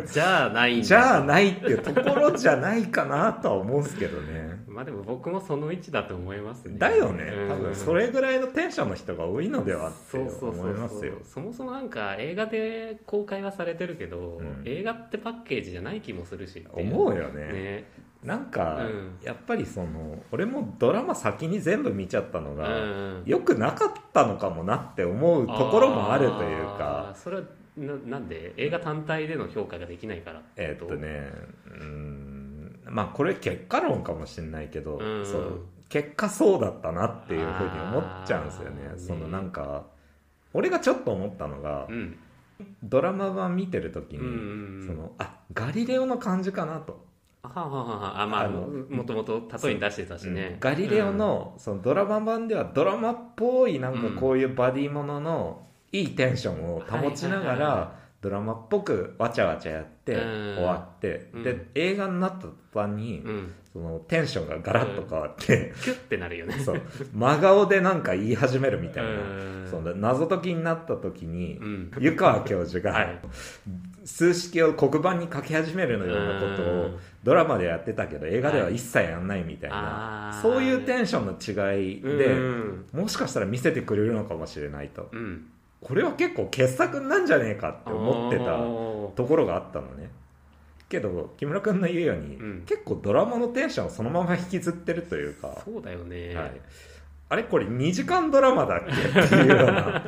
S6: ーじゃあないんだ
S3: じゃあないっていうところじゃないかなとは思うんですけどね
S6: まあでも僕もその位置だと思いますね
S3: だよね
S6: うん
S3: 多分それぐらいのテンションの人が多いのではって
S6: そうそうそ
S3: 思いうま
S6: そ
S3: すよ
S6: うそもそもなんか映画で公開はされてるけど、
S3: うん
S6: 映画ってパッケージじゃない気もするしってい
S3: 思うよ
S6: ね
S3: なんか、
S6: うん
S3: やっぱりその俺もドラマ先に全部見ちゃったの
S6: う
S3: が、
S6: ん
S3: 良くなかったのかもなって思うところもあるという
S6: あー
S3: か
S6: それはななんで映画単体での評価ができないから
S3: えーっとねうーんまあこれ結果論かもしれないけど、
S6: うん
S3: そう結果そうだったなっていうふうに思っちゃうんですよね
S6: あー
S3: そのなんか俺がちょっと思ったのが、
S6: うん
S3: ドラマ版見てる時に、
S6: うんうんうん
S3: そのあガリレオの感じかなと、
S6: あはあはあはああまあ
S3: あの
S6: もともと例えに出してたしね、
S3: うんガリレオの,、そのドラマ版ではドラマっぽいなんかこういうバディもののいいテンションを保ちなが
S6: はいはいはいは
S3: らドラマっぽくわちゃわちゃやって
S6: うん
S3: 終わって、
S6: うん
S3: で映画になった途端に、
S6: うん、うん
S3: そのテンションがガラッと変わって、
S6: キュッてなるよね
S3: そう真顔でなんか言い始めるみたいな、
S6: うん
S3: その謎解きになった時に、
S6: うん
S3: 湯川教授が、
S6: はい
S3: 数式を黒板に書き始めるのようなこと
S6: う
S3: を
S6: ん
S3: ドラマでやってたけど映画では
S6: はい
S3: 一切やんないみたいな
S6: あ、ー
S3: そういうテンションの違い
S6: うんう
S3: で
S6: ん
S3: もしかしたら見せてくれるのかもしれないと
S6: うん
S3: これは結構傑作なんじゃねえかって思ってた
S6: おー
S3: ところがあったのねけど木村君の言うように、
S6: うん
S3: 結構ドラマのテンションをそのまま引きずってるというか、
S6: そうだよね、
S3: はい、あれこれ2時間ドラマだっけっていうような っ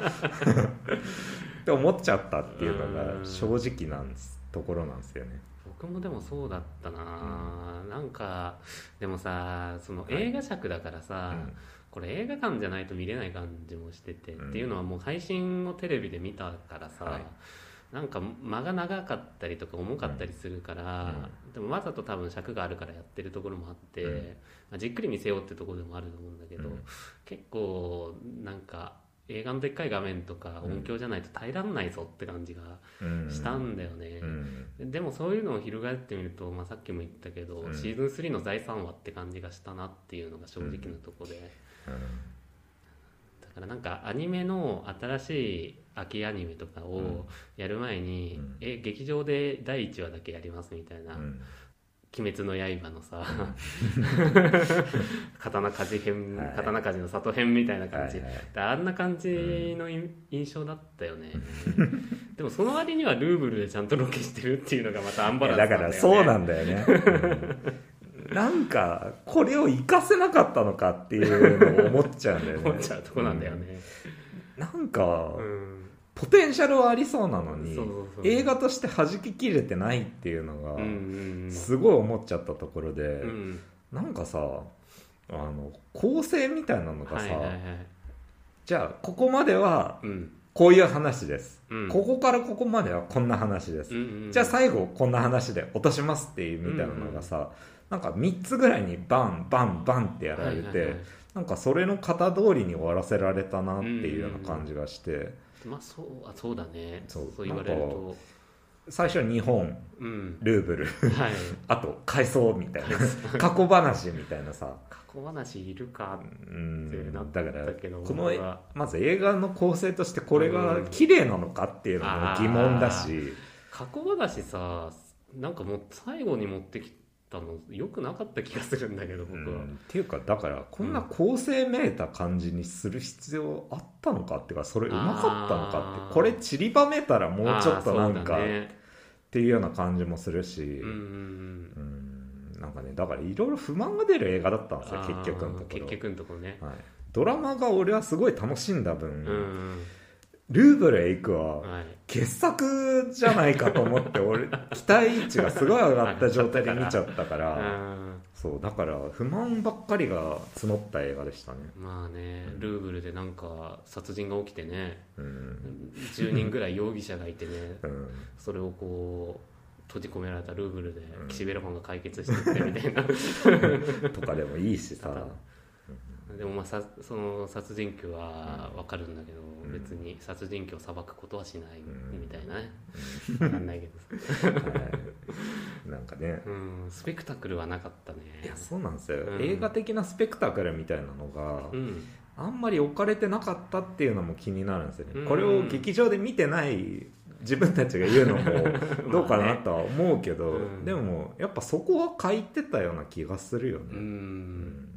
S3: て思っちゃったっていうのが正直なんですところなんですよね。
S6: 僕もでもそうだったな、なんかでもさその
S3: はい
S6: 映画尺だからさ、
S3: うん
S6: これ映画館じゃないと見れない感じもしてて、
S3: うん
S6: っていうのはもう配信をテレビで見たからさ、
S3: はい
S6: なんか間が長かったりとか重かったりするから、でもわざと多分尺があるからやってるところもあって、
S3: うん
S6: まあじっくり見せようってところでもあると思うんだけど、
S3: うん
S6: 結構なんか映画のでっかい画面とか音響じゃないと耐えらんないぞって感じが
S3: うん
S6: したんだよね。
S3: うん
S6: でもそういうのを翻ってみると、まあ、さっきも言ったけど、
S3: うん
S6: シーズン3の財産はって感じがしたなっていうのが正直なとこで、だからなんかアニメの新しい秋アニメとかをやる前に、
S3: うん
S6: え劇場で第1話だけやりますみたいな「
S3: うん
S6: 鬼滅の刃」のさ、 刀鍛冶編、
S3: はい
S6: 刀鍛冶の里編みたいな感じ、
S3: はいはい
S6: であんな感じのい印象だったよね、 でもその割にはルーブルでちゃんとロケしてるっていうのがまたアンバランスな
S3: だ
S6: んだ
S3: か
S6: よね
S3: らそうなんだよね、うんなんかこれを活かせなかったのかっていうのを思っちゃうんだよね
S6: 思っちゃうとこなんだよね、
S3: なんか、
S6: うん
S3: ポテンシャルはありそうなのに
S6: そうそうそう
S3: 映画として弾き切れてないっていうのが、
S6: うんうん
S3: すごい思っちゃったところで、
S6: うんうん
S3: なんかさあの構成みたいなのが
S6: は
S3: さ、
S6: いはいはい
S3: じゃあここまでは
S6: うん
S3: こういう話です、
S6: うん
S3: ここからここまではこんな話です
S6: う、んうん
S3: じゃあ最後こんな話で落としますっていうみたいなのがさ、なんか3つぐらいにバンバンバンってやら
S6: は
S3: れて、
S6: いはいはい
S3: なんかそれの型通りに終わらせられたなっていうような感じがして、
S6: まあそうあそうだねそ
S3: そうう
S6: 言われると
S3: 最初日本
S6: うん
S3: ルーブル
S6: はい
S3: あと回想みたいな過去話みたいなさ
S6: 過去話いるかっ
S3: う
S6: て
S3: ん
S6: なっ
S3: だ
S6: た
S3: から
S6: けど
S3: この
S6: 俺は
S3: まず映画の構成としてこれが
S6: うん
S3: 綺麗なのかっていうのも疑問だし、
S6: 過去話さなんかもう最後に持ってきたのよくなかった気がするんだけど僕
S3: う
S6: は、
S3: んっていうかだからこんな構成めいた感じにする必要あったのかっていうかそれうまかったのかっ
S6: あー
S3: てこれ散りばめたらもうちょっとな
S6: あ
S3: ん
S6: ー
S3: か
S6: そう
S3: っ
S6: だね
S3: ていうような感じもするし
S6: うんうんうん
S3: うんなんかねだからいろいろ不満が出る映画だったんですよ
S6: あー
S3: 結局のところ
S6: 結局のところね
S3: はい、ドラマが俺はすごい楽しんだ分、
S6: うんうん
S3: ルーブルへ行く
S6: うん
S3: は
S6: はい
S3: 傑作じゃないかと思って俺期待値がすごい上がった状態で見ちゃった か
S6: う
S3: ら
S6: ん
S3: そうだから不満ばっかりが募った映画でしたね
S6: まあねルーブルでなんか殺人が起きてね
S3: うん、
S6: 10人ぐらい容疑者がいてね
S3: うん、
S6: それをこう閉じ込められたルーブルで
S3: うん
S6: 岸辺露伴が解決してってみたいな
S3: とかでもいい しさ、
S6: でもまあさその殺人鬼はわかるんだけど、
S3: うん
S6: 別に殺人鬼を裁くことはしない
S3: うん
S6: みたいなねわかんないけど、
S3: はい、なんかね
S6: うん、スペクタクルはなかったね
S3: いやそうなんですよ、
S6: うん
S3: 映画的なスペクタクルみたいなのが、
S6: うん
S3: あんまり置かれてなかったっていうのも気になるんですよね、
S6: うん
S3: これを劇場で見てない自分たちが言うの もどうかなとは思うけど、
S6: うん
S3: でもやっぱそこは書いてたような気がするよね、
S6: う
S3: うんん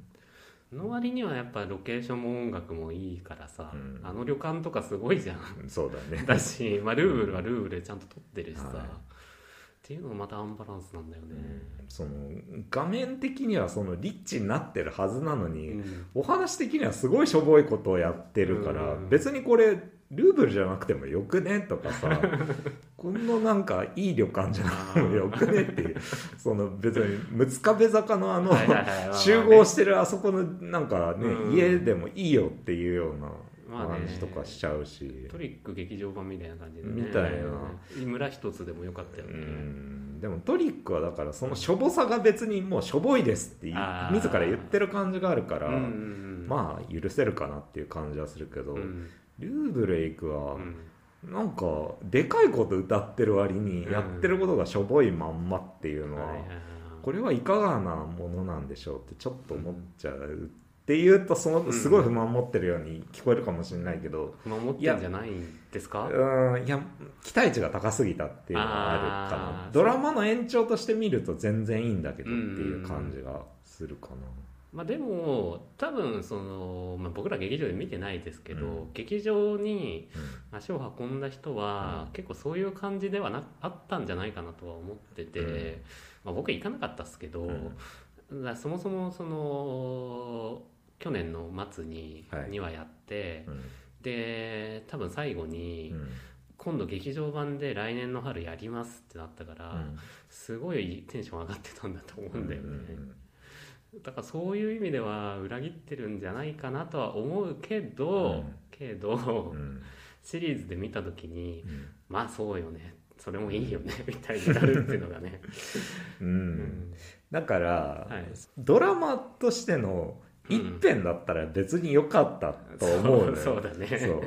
S6: の割にはやっぱロケーションも音楽もいいからさ、
S3: うん
S6: あの旅館とかすごいじゃん
S3: そうだね
S6: だし、まあ、ルーブルはルーブルでちゃんと撮ってるしさ、
S3: はい
S6: っていうのもまたアンバランスなんだよね、
S3: その画面的にはそのリッチになってるはずなのに、
S6: うん
S3: お話的にはすごいしょぼいことをやってるから、
S6: うん
S3: 別にこれルーブルじゃなくてもよくねとか さこのなんかいい旅館じゃなくてもよくねっていうその別に六壁坂のあの
S6: はいはいはいまあまあね
S3: 集合してるあそこのなんかね、
S6: うん
S3: 家でもいいよっていうような
S6: まあね
S3: 感じとかしちゃうし、
S6: トリック劇場版みたいな感じでね
S3: みたい
S6: な村一つでもよかったよ
S3: う
S6: ね、
S3: んでもトリックはだからそのしょぼさが別にもうしょぼいですって言う
S6: あー
S3: 自ら言ってる感じがあるから、
S6: あ、
S3: まあ許せるかなっていう感じはするけど、
S6: うん
S3: ルーブルへ行くは、
S6: うん
S3: なんかでかいこと歌ってる割にやってることがしょぼいまんまっていうのは、
S6: はいはいはい
S3: これはいかがなものなんでしょうってちょっと思っちゃう、っていうとそのすごい不満持ってるように聞こえるかもしれないけど、
S6: 守ってんじゃないんです
S3: う
S6: か
S3: ーん、いや期待値が高すぎたっていうのがあるか
S6: あ
S3: な
S6: ー
S3: ドラマの延長として見ると全然いいんだけどっていう感じがするかな、
S6: まあ、でも多分その、まあ、僕ら劇場で見てないですけど、
S3: う
S6: 劇場に
S3: うん
S6: 足を運んだ人は、結構そういう感じではなあったんじゃないかなとは思ってて、
S3: うん
S6: まあ、僕行かなかったっすけど、
S3: う
S6: だ
S3: ん
S6: からそもそもその去年の末に
S3: はい
S6: にはやって、
S3: うん
S6: で多分最後に、
S3: うん
S6: 今度劇場版で来年の春やりますってなったから、
S3: うん
S6: すごいテンション上がってたんだと思うんだよね、
S3: うん
S6: だからそういう意味では裏切ってるんじゃないかなとは思うけど、
S3: うん
S6: けど、
S3: うん
S6: シリーズで見た時に
S3: うん
S6: まあそうよねそれもいいよねみたいになるっていうのがね、
S3: うん
S6: う
S3: うん
S6: ん
S3: だから、
S6: はい
S3: ドラマとしての一編だったら別に良かったと思うのよ、
S6: そうそうだね
S3: そう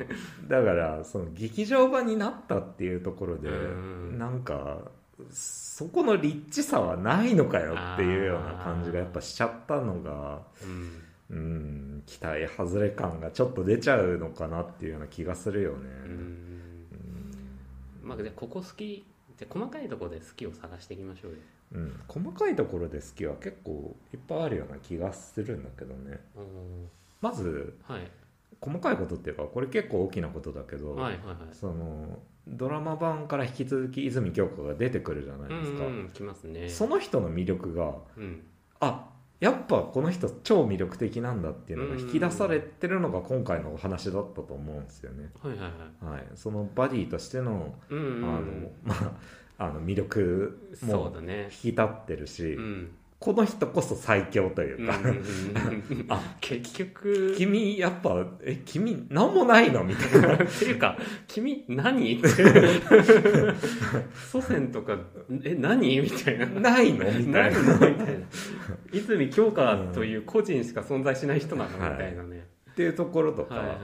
S3: だからその劇場版になったっていうところで
S6: うん
S3: なんかそこのリッチさはないのかよっていうような感じがやっぱしちゃったのが
S6: うん
S3: うん期待外れ感がちょっと出ちゃうのかなっていうような気がするよね
S6: うんまあじゃあここ好きじゃあ細かいところで好きを探していきましょうよ
S3: うん、細かいところで好きは結構いっぱいあるような気がするんだけどね
S6: うん
S3: まず
S6: はい
S3: 細かいことっていうかこれ結構大きなことだけど、
S6: はいはいはい
S3: そのドラマ版から引き続き泉鏡花が出てくるじゃな
S6: う
S3: い
S6: ん
S3: ですか、
S6: うんきますね
S3: その人の魅力が
S6: うん
S3: あやっぱこの人超魅力的なんだっていうのが引き出されてるのが今回のお話だったと思うんですよね、
S6: はいはいはい
S3: はい、そのバディとしての,、
S6: うんうん
S3: あの まあ、あの魅力
S6: そう
S3: も
S6: だ
S3: 引
S6: ね
S3: き立ってるし、
S6: うん
S3: この人こそ最強というか、
S6: あ結局
S3: 君やっぱえ君何もないのみたいな
S6: っていうか君何って祖先とかえ何みたいな
S3: ないのみたい
S6: 何
S3: な
S6: みたいな泉鏡花という個人しか存在しない人なのみ
S3: はい
S6: たいなね
S3: っていうところとか、
S6: はいはいはい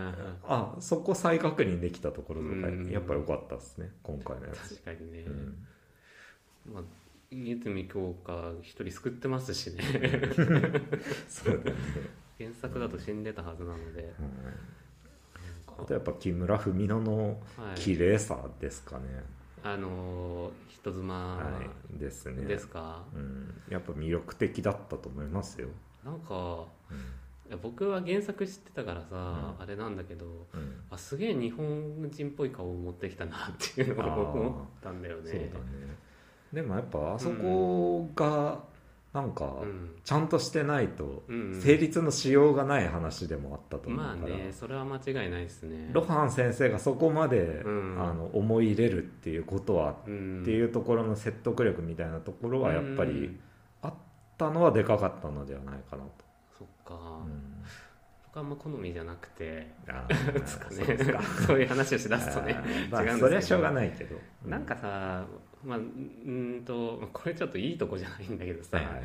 S3: あそこ再確認できたところとか、
S6: うん
S3: やっぱ良かったですね今回のやつ
S6: 確、かにね
S3: うん
S6: まあ泉鏡花一人救ってますしね
S3: そうだよね、
S6: 原作だと死んでたはずなので
S3: うんあとやっぱ木村文乃
S6: は
S3: の
S6: い
S3: 綺麗さですかね、
S6: あのー人
S3: は
S6: 妻
S3: いですね
S6: ですか
S3: うん、やっぱ魅力的だったと思いますよ、
S6: なんかいや僕は原作知ってたからさ
S3: う
S6: あれなんだけど
S3: うん
S6: あすげえ日本人っぽい顔を持ってきたなっていうの
S3: あー
S6: を思ったんだよね
S3: そうだねでもやっぱあそこがなんか
S6: うん
S3: ちゃんとしてないと
S6: うんうん
S3: 成立のしようがない話でもあったと思う
S6: まあ
S3: から、
S6: ねそれは間違いないですね
S3: ロハン先生がそこまで、
S6: うん
S3: あの思い入れるっていうことは
S6: うん
S3: っていうところの説得力みたいなところはやっぱ
S6: う
S3: り
S6: ん
S3: あったのはでかかったのではないかなと。
S6: そっか
S3: うん
S6: 僕あんま好みじゃなくて
S3: あー
S6: つか
S3: そ
S6: ね
S3: うですか
S6: そういう話をしだすとね
S3: あーまあ
S6: 違うんですけど
S3: それはしょうがないけど。う
S6: なんかさまあうーんとまあこれちょっといいとこじゃないんだけどさ
S3: はいはい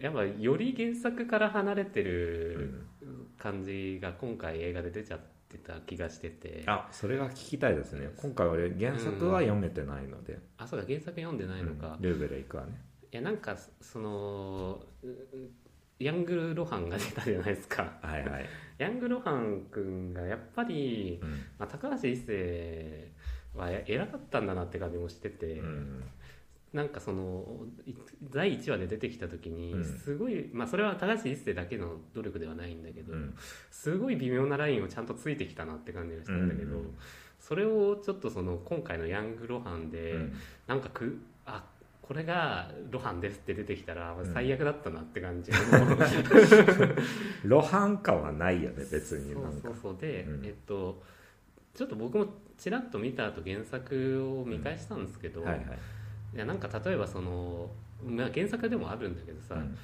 S6: やっぱより原作から離れて
S3: う
S6: る
S3: ん
S6: 感じが今回映画で出ちゃってた気がしてて
S3: あそれが聞きたいですね。今回俺原作は読めてないので。
S6: あそうか原作読んでないのか、
S3: うんルーブル行くわね。
S6: いやなんかそのううヤングル・ロハンが出たじゃないですか
S3: はいはい。
S6: ヤング・ロハン君がやっぱり、
S3: うん
S6: まあ、高橋一生はえ偉かったんだなって感じもしてて、
S3: うん
S6: なんかそのい第1話で出てきた時に
S3: うん
S6: すごい、まあそれは高橋一生だけの努力ではないんだけど、
S3: うん
S6: すごい微妙なラインをちゃんとついてきたなって感じがしたんだけど、
S3: うん
S6: それをちょっとその今回のヤング・ロハンで、
S3: うん
S6: なんかくあこれが露伴ですって出てきたら
S3: ん
S6: 最悪だったなって感じの、
S3: 露伴感はないよね 別に
S6: そう
S3: なん
S6: そ
S3: か
S6: う。そうで、
S3: うん
S6: えっとちょっと僕もちらっと見た後原作を見返したんですけど、
S3: はいはい。
S6: いやなんか例えばその、まあ、原作でもあるんだけどさ、
S3: うん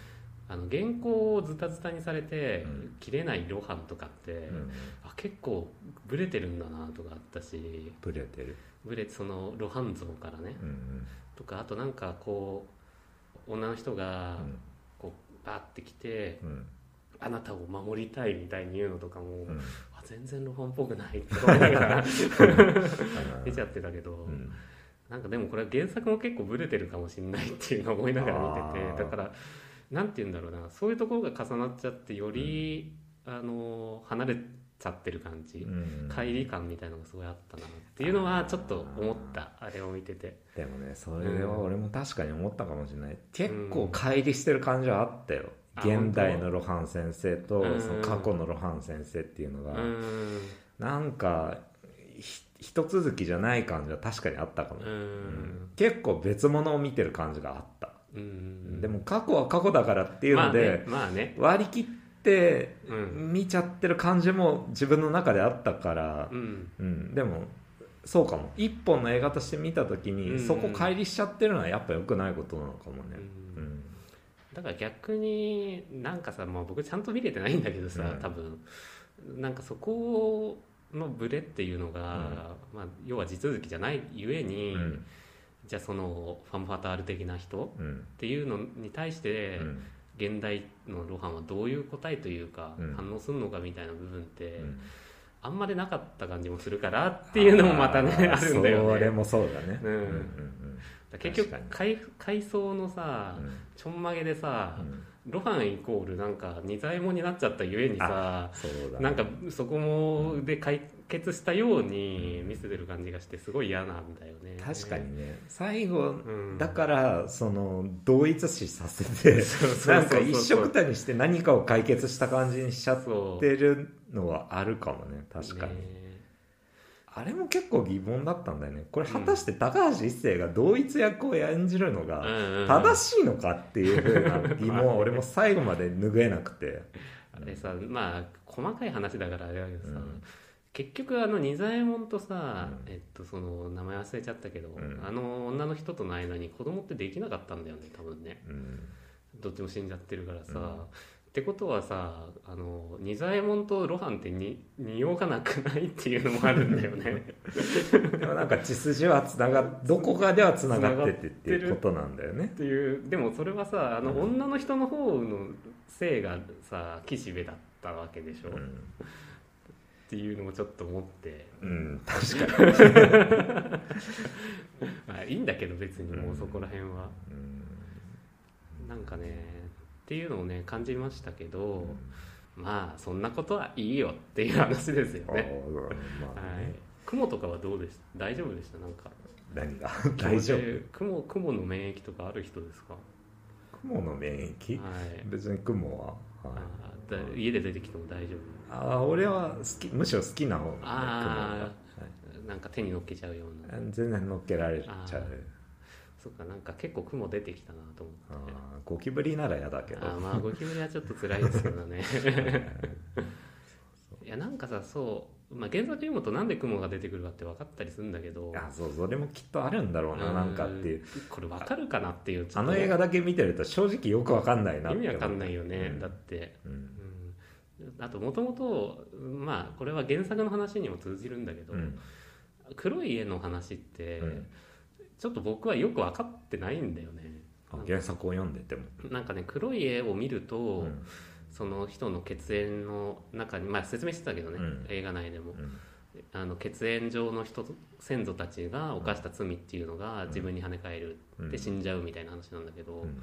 S6: あの原稿をズタズタにされて、
S3: うん
S6: 切れない露伴とかって、
S3: うん
S6: あ結構ブレてるんだなとかあったし
S3: ブレてる。
S6: ブレその露伴像からね、
S3: うん
S6: とかあとなんかこう女の人
S3: う
S6: が
S3: ん
S6: こうバーって来て
S3: うん
S6: 「あなたを守りたい」みたいに言うのとかも、
S3: うん
S6: あ全然ロハンっぽくないって思いながら 出ちゃってたけど、
S3: うん
S6: なんかでもこれは原作も結構ブレてるかもしれないっていうのを思いながら見て
S3: あー
S6: てだからなんて言うんだろうなそういうところが重なっちゃってより、あの離れちゃってる感じ、
S3: うん
S6: 乖離感みたいなのがすごいあったなっていうのはちょっと思ったあれを見てて
S3: でもねそれは俺も確かに思ったかもしれない、結
S6: う
S3: 構
S6: ん
S3: 乖離してる感じはあったよ、現代の露伴先生と
S6: うん
S3: その過去の露伴先生っていうの
S6: う
S3: が
S6: ん
S3: なんかひ一続きじゃない感じは確かにあったかも、
S6: う
S3: うん
S6: ん
S3: 結構別物を見てる感じがあった、
S6: うん
S3: でも過去は過去だからっていうので、
S6: まあねまあね
S3: 割り切って
S6: うん
S3: 見ちゃってる感じも自分の中であったから
S6: う、ん
S3: うんでもそうかも一本の映画として見た時に、
S6: うん
S3: そこ乖離しちゃってるのはやっぱ良くないことなのかもね
S6: う
S3: うんん
S6: だから逆になんかさもう僕ちゃんと見れてないんだけどさ、
S3: うん
S6: 多分なんかそこのブレっていうのが、まあ、要は地続きじゃないゆえ
S3: う
S6: に、
S3: ん
S6: じゃあそのファム・ファタール的な人
S3: うん
S6: っていうのに対して、
S3: うん
S6: 現代の露伴はどういう答えというか、
S3: うん
S6: 反応するのかみたいな部分って、
S3: うん
S6: あんまりなかった感じもするからっていうのもまたねあ
S3: ー
S6: るんだよ
S3: それ
S6: ね
S3: もそうだね
S6: うん
S3: うん
S6: 結局
S3: 確
S6: 回回想のさ、
S3: うん
S6: ちょんまげでさ、
S3: うんうん
S6: 露伴イコールなんか二左衛門になっちゃったゆえにさ
S3: そうだね
S6: なんかそこもで解決したように見せてる感じがしてすごい嫌なんだよね
S3: 確か、にね最後
S6: うん、
S3: だからその同一視させ て
S6: そうそうそうそう
S3: なんか一緒くたにして何かを解決した感じにしちゃっ
S6: そう
S3: てるのはあるかもね確かに、
S6: ね
S3: あれも結構疑問だったんだよねこれ果たして高橋一生が同一役を演じるの
S6: うん
S3: が
S6: うんうん
S3: 正しいのかっていうふうな疑問は 俺も最後まで拭えなくて
S6: あれさまあ細かい話だからあれだけどさ、
S3: うん
S6: 結局あの二左衛門とさ、
S3: うん
S6: えっとその名前忘れちゃったけど、
S3: ん
S6: あの女の人との間に子供ってできなかったんだよね多分ね
S3: うん
S6: どっちも死んじゃってるからさ、
S3: うん
S6: ってことはさあの二左衛門と露伴ってに似ようがなくないっていうのもあるんだよね
S3: でもなんか血筋はつながどこかではつながっててっていうことなんだよね
S6: っていうでもそれはさあの
S3: うん
S6: 女の人の方の性がさ岸辺だったわけでしょ、
S3: う
S6: っ
S3: ん、
S6: ていうのもちょっと思って
S3: うん、確かに、
S6: まあいいんだけど別にもうそこら辺は、
S3: うん
S6: なんかねっていうのをね感じましたけど、まあそんなことはいいよっていう話ですよ
S3: あ
S6: ね
S3: ーま
S6: は
S3: あ
S6: い
S3: ね
S6: 雲とかはどうでした大丈夫でしたなんか
S3: 何が大丈夫
S6: 雲雲の免疫とかある人ですか
S3: 雲の免疫
S6: はい
S3: 別に雲は、はい、
S6: あだ家で出てきても大丈
S3: ああ俺は好きむしろ好きな方雲が
S6: あ
S3: はい
S6: 夫なんか手に乗っけちゃうような
S3: 全然乗っけられち
S6: あ
S3: ゃう
S6: ーそっかなんか結構雲出てきたなと思
S3: あ
S6: って
S3: ーゴキブリなら嫌だけど
S6: あーまあゴキブリはちょっと辛いですけど ねいやなんかさそう、まあ、原作読むとなんで雲が出てくるかって分かったりするんだけど
S3: あそうそれもきっとあるんだろうななんかっていう
S6: これ分かるかなっていうちょ
S3: あ
S6: っと
S3: の
S6: ね
S3: 映画だけ見てると正直よくわかんないなっ
S6: 意
S3: て、
S6: 味わかんないいよね、
S3: うん
S6: だって、
S3: うん
S6: うん、あともともとまあこれは原作の話にも通じるんだけど、
S3: うん
S6: 黒い絵の話って、
S3: うん
S6: ちょっと僕はよく分かってないんだよね
S3: あ原作を読んでても、
S6: なんかね黒い絵を見ると、
S3: うん
S6: その人の血縁の中にまあ説明してたけどね、
S3: うん
S6: 映画内でも
S3: うん
S6: あの血縁上の人先祖たちが犯した罪っていうのが自分に跳ね返るっ
S3: うん
S6: て死んじゃうみたいな話なんだけど、
S3: うん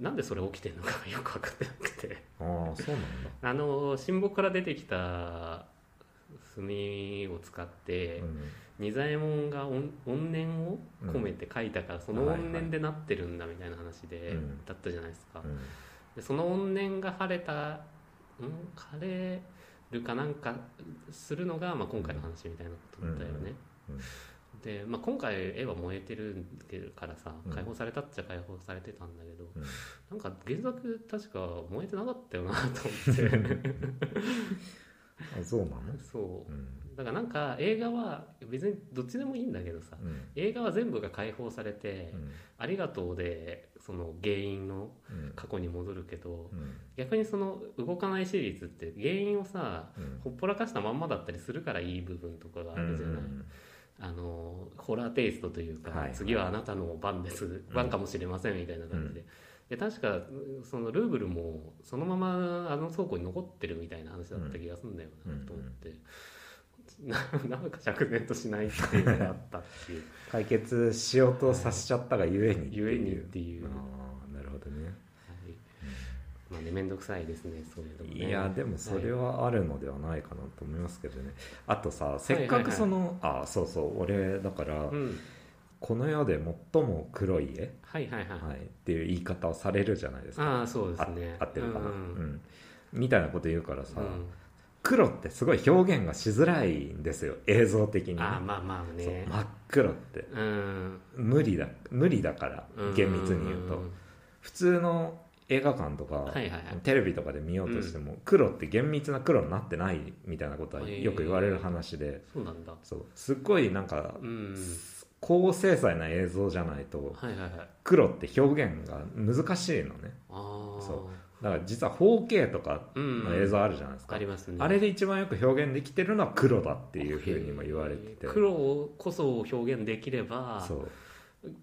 S6: なんでそれ起きてるのかよく分かってなくて
S3: ああそうなんだ、
S6: あの神木から出てきた炭を使って、
S3: うん
S6: 仁左衛門が怨怨念を込めて書いたから、その怨念でなってるんだみたいな話で、
S3: うん
S6: だったじゃないですか、
S3: うん
S6: でその怨念が晴れたん晴れるかなんかするのが、まあ、今回の話みたいなことだよね、
S3: うんうん
S6: で、まあ、今回絵は燃えてるからさ
S3: うん
S6: 解放されたっちゃ解放されてたんだけど、
S3: うん
S6: なんか原作確か燃えてなかったよなと思って
S3: あそうなの、
S6: そう
S3: うん
S6: だからなんか映画は別にどっちでもいいんだけどさ
S3: うん
S6: 映画は全部が解放されて「
S3: うん
S6: ありがとうで」その原因の
S3: うん
S6: 過去に戻るけど
S3: うん
S6: 逆にその動かないシリーズって原因をさ
S3: うん
S6: ほっぽらかしたまんまだったりするからいい部分とかがあるじゃない、
S3: うん
S6: あのホラーテイストというか、
S3: はい
S6: 次はあなたの番です番かもしれませんみたいな感じで,、で確かそのルーブルもそのままあの倉庫に残ってるみたいな話だった気がするんだよな、
S3: うん
S6: と思って、 ななんか釈然としないっていうのがあったっていう
S3: 解決しようとさせちゃったがゆえに
S6: ゆえにっていう、
S3: あ
S6: はい
S3: あなるほどね
S6: まあね面倒くさいですねそういうのもね
S3: いやでもそれはあるのではないかなと思いますけどね、あとさせっかくその、あそうそう俺だから、
S6: うん
S3: この世で最も黒い絵、
S6: はいはいはい、
S3: はい、っていう言い方をされるじゃないですか
S6: ああそうですね
S3: あ合ってるかな、
S6: う
S3: うんん
S6: うん
S3: みたいなこと言うからさ、
S6: うん
S3: 黒ってすごい表現がしづらいんですよ映像的にね、
S6: ああまあまあ
S3: そう
S6: ね
S3: 真っ黒って
S6: うん
S3: 無理だ無理だから
S6: うん
S3: 厳密に言うと普通の映画館とか、
S6: はいはいはい
S3: テレビとかで見ようとしても、黒って厳密な黒になってないみたいなことはよく言われる話で、
S6: そうなんだ
S3: そうすっごいなんか
S6: うん
S3: 高精細な映像じゃないと
S6: はいはいはい
S3: 黒って表現が難しいのね
S6: ああ
S3: そだから実は 4K とかの映像あるじゃないですか、
S6: ありますね
S3: あれで一番よく表現できてるのは黒だっていうふうにも言われてて
S6: へー黒をこそ表現できれば
S3: そう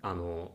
S6: あの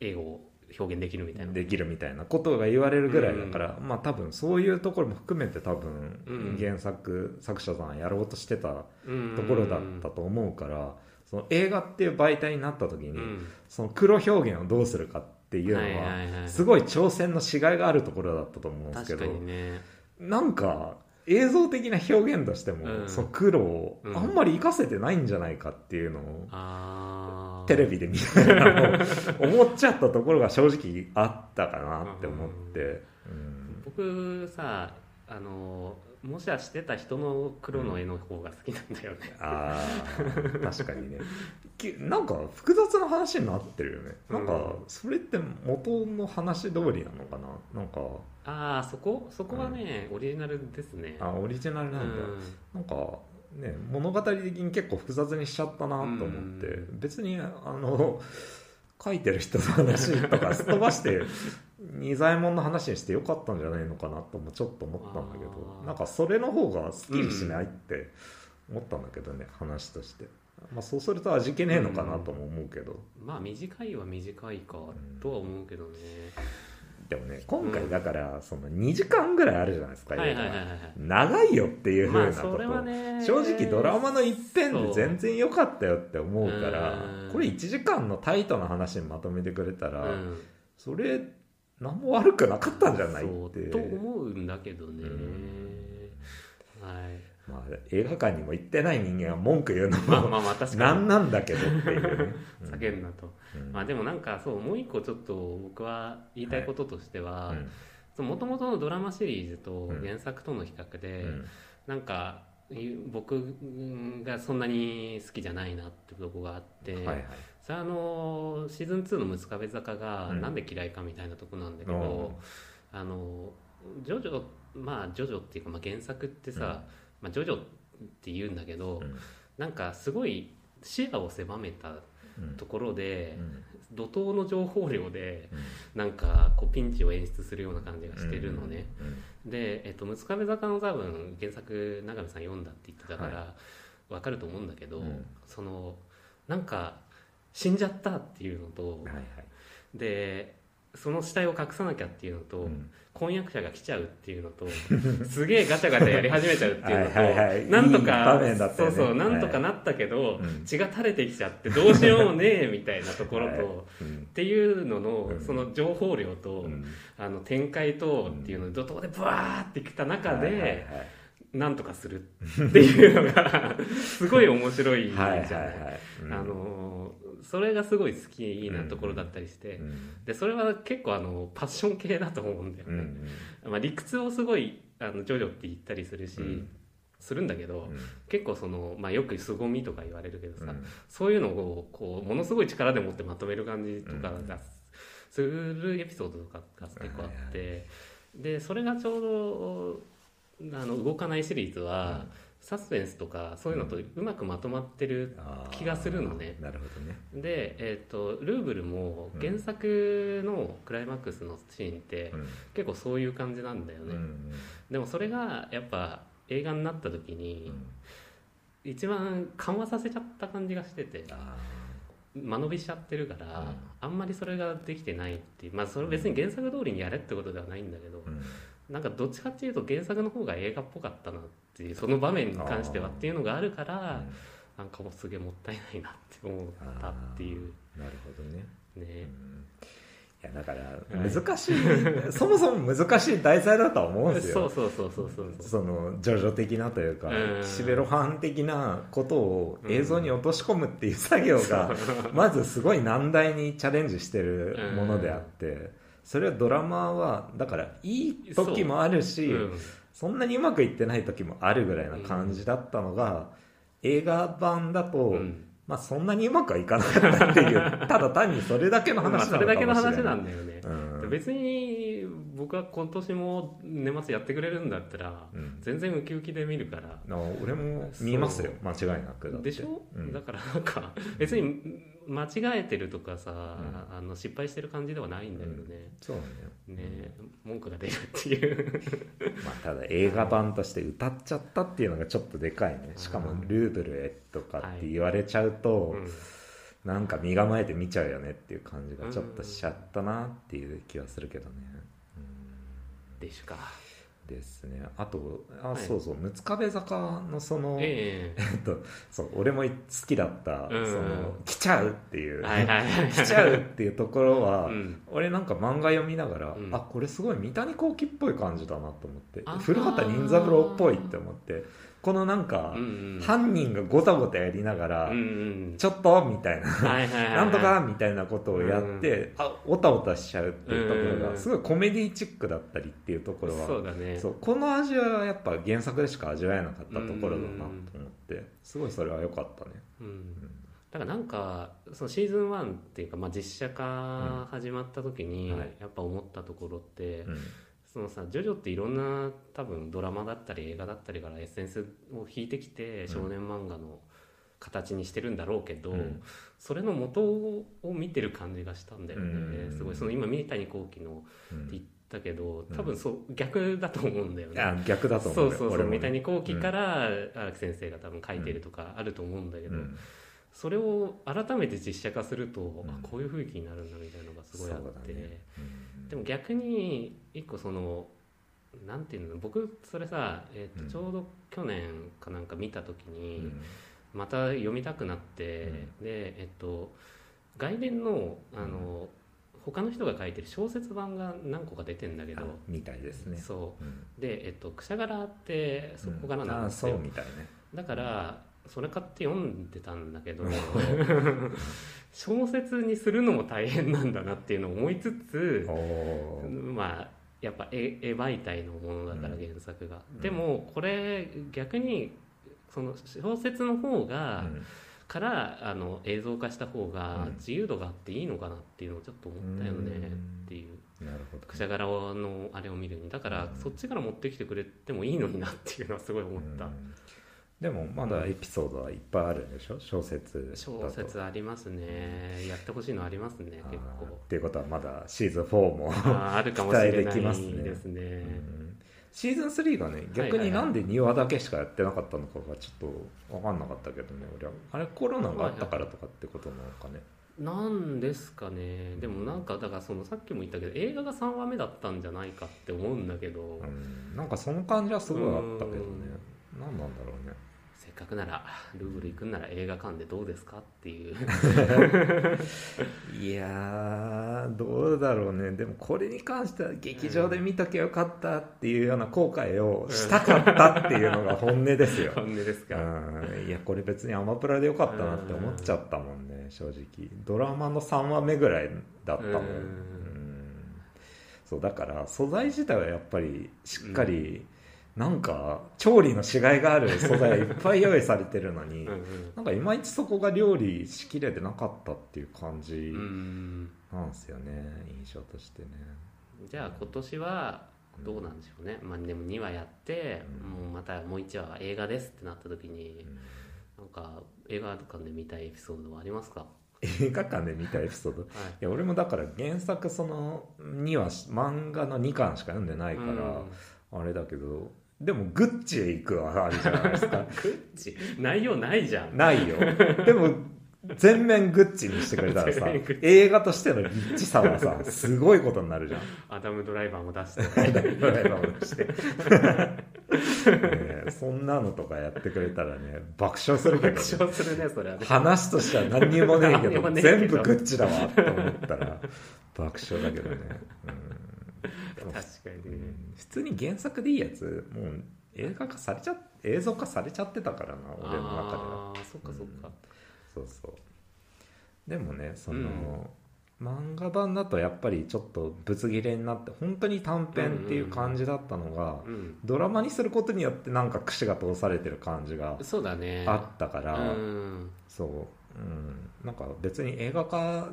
S6: 英語を表現できるみたいな
S3: できるみたいなことが言われるぐらいだから、まあ多分そういうところも含めて多分
S6: うん
S3: 原作、作者さんはやろうとしてた
S6: うん
S3: ところだったと思うからその映画っていう媒体になった時に、
S6: うん
S3: その黒表現をどうするかっていうのは,、
S6: はいはいはい
S3: すごい挑戦のしがいがあるところだったと思うんですけ
S6: 確
S3: ど
S6: かにね
S3: なんか映像的な表現としても、
S6: うん
S3: その黒を
S6: うん
S3: あんまり活かせてないんじゃないかっていうのを、
S6: ああ
S3: テレビで見たら思っちゃったところが正直あったかなって思 って、うん
S6: 僕さあの模写してた人の黒の絵の方が好きなんだよね、
S3: あー確かにね きなんか複雑な話になってるよねなんか
S6: う
S3: それって元の話通りなのかななんか
S6: ああそこそこはね、オリジナルですね
S3: あオリジナル
S6: う
S3: なんだ、
S6: ん
S3: なんかね物語的に結構複雑にしちゃったなと思って、
S6: う
S3: 別にあの 書いてる人の話とかすっ飛ばして 仁左衛門の話にしてよかったんじゃないのかなともちょっと思ったんだけ
S6: あー
S3: どなんかそれの方がすっきりしないって思ったんだけどね、話として、まあ、そうすると味気ねえのかなとも思うけど、
S6: まあ短いは短いか
S3: ん
S6: とは思うけどね、
S3: でもね今回だからその2時間ぐらいあるじゃないですか、
S6: はい
S3: 映画
S6: はい
S3: が
S6: はいはい
S3: 長いよっていうふう
S6: ま
S3: な
S6: あ
S3: こと
S6: それはね
S3: 正直ドラマの一編
S6: そう
S3: で全然良かったよって思うから
S6: うん
S3: これ1時間のタイトな話にまとめてくれたら、
S6: うん
S3: それ何も悪くなかったんじゃないっ
S6: そう
S3: て
S6: と思うんだけどね、
S3: うん
S6: はい
S3: まあ、映画館にも行ってない人間は文句言うの
S6: まあ
S3: も
S6: まあまあ確か
S3: 何
S6: に
S3: なんだけどっていう ね
S6: 叫んだと、
S3: うん
S6: まあでもなんかそうもう一個ちょっと僕は言いたいこととしては、
S3: うん
S6: もともとのドラマシリーズと
S3: うん
S6: 原作との比較で、
S3: うん
S6: なんか僕がそんなに好きじゃないなってとこがあって、
S3: はいはい
S6: それはあのシーズン2の「六壁坂」が
S3: うん
S6: なんで嫌いかみたいなとこなんだけ
S3: お
S6: ど、あのジョジョまあジョジョっていうか、まあ、原作ってさ、
S3: うん
S6: まあ、ジョジョって言うんだけど、
S3: うん
S6: なんかすごい視野を狭めた
S3: うん
S6: ところで
S3: う、ん
S6: 怒涛の情報量で
S3: うん
S6: なんかこうピンチを演出するような感じがしてるのね。
S3: うん
S6: で、えっと、六壁坂の多分原作永見さん読んだって言ってたから、わかると思うんだけど、
S3: うん
S6: そのなんか死んじゃったっていうのと
S3: はいはい
S6: でその死体を隠さなきゃっていうのと、
S3: うん
S6: 婚約者が来ちゃうっていうの とすげえガチャガチャやり始めちゃうっていうのと
S3: はいはいはい
S6: なんと
S3: いい
S6: か
S3: 場面だった
S6: そ
S3: よ
S6: う
S3: ね
S6: そうなんとかなったけど、
S3: うん
S6: 血が垂れてきちゃってどうしようもねえみたいなところと、
S3: はい
S6: っ
S3: うん
S6: ていうのの
S3: うん
S6: その情報量と。
S3: うん
S6: あの展開とっていうので怒涛でブワーってきた中
S3: はいはいはい
S6: でなんとかするっていうのが すごい面白いじゃな
S3: はい
S6: い
S3: はいはいうん
S6: あのーそれがすごい好きなところだったりして、
S3: うん
S6: でそれは結構あのパッション系だと思うんだよ
S3: うんう
S6: ね、
S3: ん
S6: まあ、理屈をすごいあのジョジョって言ったりするし、
S3: うん
S6: するんだけど、
S3: うん
S6: 結構その、まあ、よく凄みとか言われるけどさ、
S3: うん
S6: そういうのをこうものすごい力で持ってまとめる感じとか
S3: うん
S6: がするエピソードとかが結構あって、でそれがちょうどあの動かないシリーズは、サスペンスとかそういうのとうまくまとまってる、
S3: あー
S6: 気がするのね
S3: なるほどね
S6: で、えー、とルーブルも原作のクライマックスのシーンって
S3: うん
S6: 結構そういう感じなんだよね、
S3: うん
S6: でもそれがやっぱ映画になった時
S3: う
S6: に
S3: ん
S6: 一番緩和させちゃった感じがしてて、
S3: あ
S6: 間延びしちゃってるから、
S3: うん
S6: あんまりそれができてないっていうまあそれ別に原作通りにやれってことではないんだけど、
S3: ーうん
S6: なんかどっちかっていうと原作の方が映画っぽかったなっていうその場面に関してはっていうのがあるから、なんかもうすげえもったいないなって思ったっていう
S3: なるほどね、
S6: ね
S3: うんやだから難しい、 そもそも難しい題材だとは思うんですよ
S6: そうそうそうそうそうそう
S3: そのジョジョ的なというか、
S6: うん
S3: 岸辺露伴的なことを映像に落とし込むっていう作業 が、まずすごい難題にチャレンジしてるものであって、それはドラマはだからいい時もあるし、
S6: うん
S3: そんなにうまくいってない時もあるぐらいな感じだったのが、映画版だと、
S6: うん
S3: まあ、そんなにうまくはいかなかったっていう ただ単にそれだけの
S6: まあ
S3: 話
S6: そ
S3: なの
S6: れ
S3: か
S6: だけの
S3: もしれな
S6: 話
S3: い
S6: なんだよね
S3: う、ん
S6: 別に僕は今年も年末やってくれるんだったら、
S3: うん
S6: 全然ウキウキで見るから
S3: な俺も見ますよ間違いなくだって
S6: でしょ、
S3: うん
S6: だからなんか別に間違えてるとかさ、
S3: う
S6: あの失敗してる感じではないんだけどね、
S3: そうなんだよ
S6: ねえ文句が出るっていう
S3: まあ、ただ映画版として歌っちゃったっていうのがちょっとでかいねしかもルーブルへとかって言われちゃうと、
S6: うん
S3: なんか身構えて見ちゃうよねっていう感じがちょっとしちゃったなっていう気はするけどね、
S6: でしか
S3: ですねあとあ、
S6: はい
S3: そうそう六壁坂のその、え
S6: え
S3: っとそう俺も好きだった、
S6: うん
S3: その来ちゃうってい
S6: え
S3: う、
S6: はいはいはい
S3: 来ちゃうっていうところは、
S6: うん
S3: 俺なんか漫画読みながら、
S6: うん
S3: あこれすごい三谷幸喜っぽい感じだなと思って
S6: あー
S3: 古畑任三郎っぽいって思ってこのなんか、
S6: うんうん
S3: 犯人がごたごたやりながら、
S6: うんうん
S3: ちょっとみたいな、
S6: はいはいはい
S3: なんとかみたいなことをやって、あおたおたしちゃうっていうところ
S6: うん
S3: がすごいコメディチックだったりっていうところは
S6: そうだね
S3: そうこの味はやっぱ原作でしか味わえなかったところだなと思ってすごいそれは良かったね、
S6: うんだからなんかそのシーズン1っていうか、まあ、実写化始まった時に
S3: はい
S6: やっぱ思ったところって、
S3: うん
S6: そのさジョジョっていろんな多分ドラマだったり映画だったりからエッセンスを引いてきて
S3: ん
S6: 少年漫画の形にしてるんだろうけど、
S3: うん
S6: それの元を見てる感じがしたんだよね、
S3: うん
S6: すごいその今三谷幸喜の
S3: う
S6: って言
S3: ん
S6: ったけど
S3: うん
S6: 多分そう、逆だと思うんだよ
S3: い
S6: ね。
S3: や逆だと思、
S6: そううそうそう三谷幸喜からら荒木先生が多分書いてるとかあると思うんだけ
S3: う
S6: ど、
S3: ん
S6: それを改めて実写化すると、
S3: ん
S6: あこういう雰囲気になるんだみたいなのがすごいあ
S3: そう
S6: っ
S3: だ
S6: て、
S3: ね
S6: でも逆に一個そのなんていうの僕それさ、えーと
S3: うん
S6: ちょうど去年かなんか見た時
S3: う
S6: に、
S3: ん
S6: また読みたくなって、
S3: うん
S6: でえっ、と外伝のあの、他の人が書いてる小説版が何個か出てんだけど
S3: あ、みたいですね
S6: そううでえっ、と「くしゃがら」ってそこからなん
S3: あ
S6: ですよ、
S3: そうみたいね
S6: だからそれ買って読んでたんだけど 小説にするのも大変なんだなっていうのを思いつつ
S3: おおー
S6: まあやっぱ絵絵媒体のものだから
S3: うん
S6: 原作が、
S3: ん
S6: でもこれ逆にその小説の方が、
S3: うん
S6: からあの映像化した方が
S3: うん
S6: 自由度があっていいのかなっていうのをちょっと思ったよねっていう
S3: なるほど
S6: くしゃがらのあれを見るにだからそっちから持ってきてくれてもいいのになっていうのはすごい思った、
S3: うんでもまだエピソードはいっぱいあるんでしょ小説だと
S6: 小説ありますねやってほしいのありますね
S3: あー
S6: 結
S3: っ
S6: 構
S3: ていうことはまだシーズン4も、
S6: あーあるかもしれ
S3: 期
S6: な
S3: 待
S6: い
S3: できますね
S6: です
S3: う
S6: ね
S3: んシーズン3がね
S6: はい
S3: 逆になんで2話だけしかやってなかったのかがちょっと分かんなかったけどね俺はあれコロナがあったからとかってことなのかね
S6: なんですかねでもなんかだからそのさっきも言ったけど映画が3話目だったんじゃないかって思うんだけど、
S3: うんなんかその感じはすごいあったけどね何なんだろうね
S6: せっかくならルーブル行くんなら映画館でどうですかっていう
S3: いやーどうだろうねでもこれに関しては劇場で見とけよかったっていうような後悔をしたかったっていうのが本音ですよ、
S6: 本音です
S3: う
S6: か
S3: ん、いやこれ別にアマプラでよかったなって思っちゃったもんね正直ドラマの3話目ぐらいだったもん
S6: うん
S3: うんそうだから素材自体はやっぱりしっかり、なんか調理のしがいがある素材がいっぱい用意されてるのに、
S6: うんうん
S3: なんかいまいちそこが料理しきれてなかったっていう感じ
S6: うん
S3: なんですよね印象としてね
S6: じゃあ今年はどうなんでしょうね、まあ、でも2話やって、
S3: うん
S6: もうまたもう1話は映画ですってなった時に
S3: ん、
S6: なんか映画館で見たいエピソードはありますか、は
S3: 映画館で見たエピソードい
S6: い、
S3: や俺もだから原作そのには漫画の2巻しか読んでないから、あれだけどでもグッチへ行くはあるじゃないですか
S6: グッチ内容ないじゃん
S3: ないよでも全面グッチにしてくれたらさ
S6: 全面グッ
S3: 映画としてのリッチさはさすごいことになるじゃん
S6: アダムドライバーも出して
S3: ドライバーをしてねえそんなのとかやってくれたらね爆笑するけど
S6: 爆
S3: ね
S6: 笑するねそれはね
S3: 話としては何にもねえけ
S6: 何にも
S3: ど
S6: ねえけ
S3: 全
S6: ど
S3: 部グッチだわって思ったら爆笑だけどね、うん、で
S6: 確
S3: も
S6: かにね
S3: 普通に原作でいいやつもう映画化されちゃ映像化されちゃってたからな俺の中では
S6: ああそっかそっか、
S3: そうそうでもねその、漫画版だとやっぱりちょっとぶつ切れになって本当に短編っていう感じだったのが、
S6: うん
S3: ドラマにすることによってなんか櫛が通されてる感じが
S6: そうだね
S3: あったから、
S6: うん
S3: そう、うん、なんか別に映画化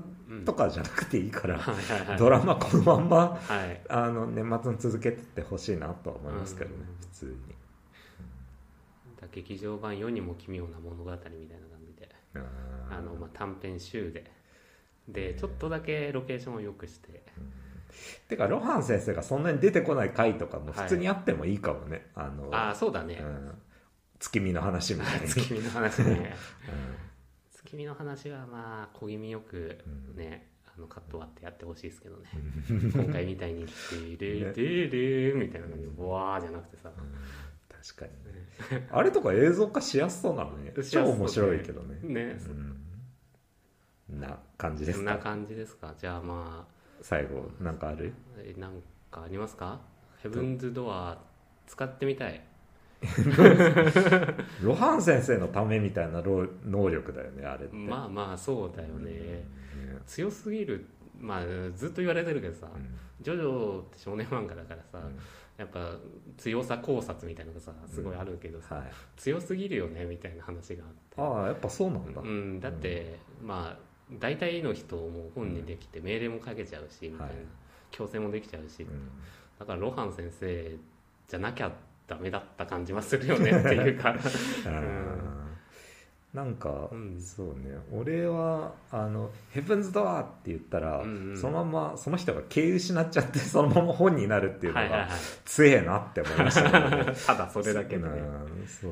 S3: とかじゃなくていいから、
S6: はいはいはい
S3: ドラマこのまんま
S6: はい
S3: あの年末に続けてってほしいなとは思いますけどね、
S6: うん
S3: 普通に。
S6: だ劇場版世にも奇妙な物語みたいな感じであの、まあ、短編集ででちょっとだけロケーションを良くして
S3: てかロハン先生がそんなに出てこない回とかも普通にあってもいいかもね、あの
S6: ああそうだね、
S3: うん、月見の話みたい
S6: 月
S3: に、
S6: 見の話ね
S3: うん
S6: 月見の話はまあ小気味よくね、あのカット割ってやってほしいですけどね今回みたいに「デレデレ」みたいな感じで「わー」じゃなくてさ
S3: 確かにねあれとか映像化しやすそうなのね
S6: しや
S3: 超
S6: すそうね
S3: 面白いけどね
S6: ね
S3: うんな感じで
S6: そ
S3: す
S6: んな
S3: か
S6: 感じですかじゃあまあ
S3: 最後なんかある
S6: えなんかありますかヘブンズ・ドア使ってみたい
S3: ロハン先生のためみたいな労能力だよねあれって、
S6: まあまあそうだよね
S3: ね
S6: 強すぎるまあずっと言われてるけどさ、
S3: うん
S6: ジョジョって少年漫画だからさ、
S3: ん
S6: やっぱ強さ考察みたいなのがさすごいあるけどさ、
S3: はい、
S6: 強すぎるよねみたいな話があっ
S3: ああやっぱそうなんだ、
S6: て、うん、だって、まあ大体の人をもう本にできて命令もかけちゃうしみたいな、
S3: はい
S6: 強制もできちゃうし、
S3: うん
S6: だからロハン先生じゃなきゃダメだった感じはするよねっていう か
S3: なんか、
S6: うん
S3: そうね俺はあの「ヘブンズ・ドア」って言ったら、
S6: うんうん
S3: そのままその人が経由しなっちゃってそのまま本になるっていうの
S6: はいはい
S3: が
S6: はい
S3: 強えなって思いましたけどね、
S6: ただそれだけ でね、
S3: うんそう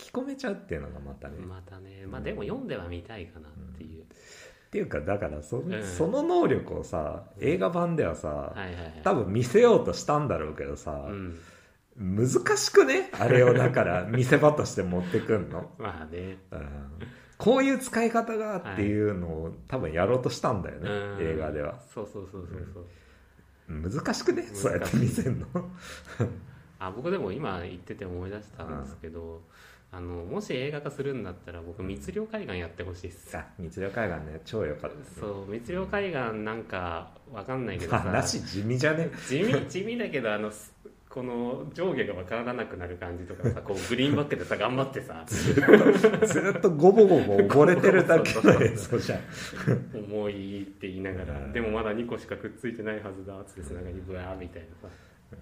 S3: 書き込めちゃうっていうのがまたね、っ
S6: またねまあでも読んではみたいかなっていう、
S3: ていうかだからそ,、
S6: ん
S3: その能力をさ映画版ではさ、
S6: はいはいはい
S3: 多分見せようとしたんだろうけどさ、
S6: うん
S3: 難しくねあれを だから見せ場として持ってくんの
S6: まあね
S3: うんこういう使い方がっていうのを多分やろうとしたんだよね、
S6: うん
S3: 映画では
S6: そうそうそうそうそう、
S3: 難しくねそうやって見せんの
S6: あ僕でも今言ってて思い出したんですけど、あのもし映画化するんだったら僕密漁海岸やってほしいっす、
S3: さ密漁海岸ね超良かったですね
S6: そう密漁海岸なんかわかんないけどさ
S3: 話地味じゃね
S6: 地味地味だけどあのすこの上下がわからなくなる感じとかさこうグリーンバックでさ頑張って さ
S3: ずっとゴボゴボ溺れてるだけの映像じゃん
S6: 重いって言いながら、
S3: うん
S6: でもまだ2個しかくっついてないはずだっつってなんかにブワーみたいなさ、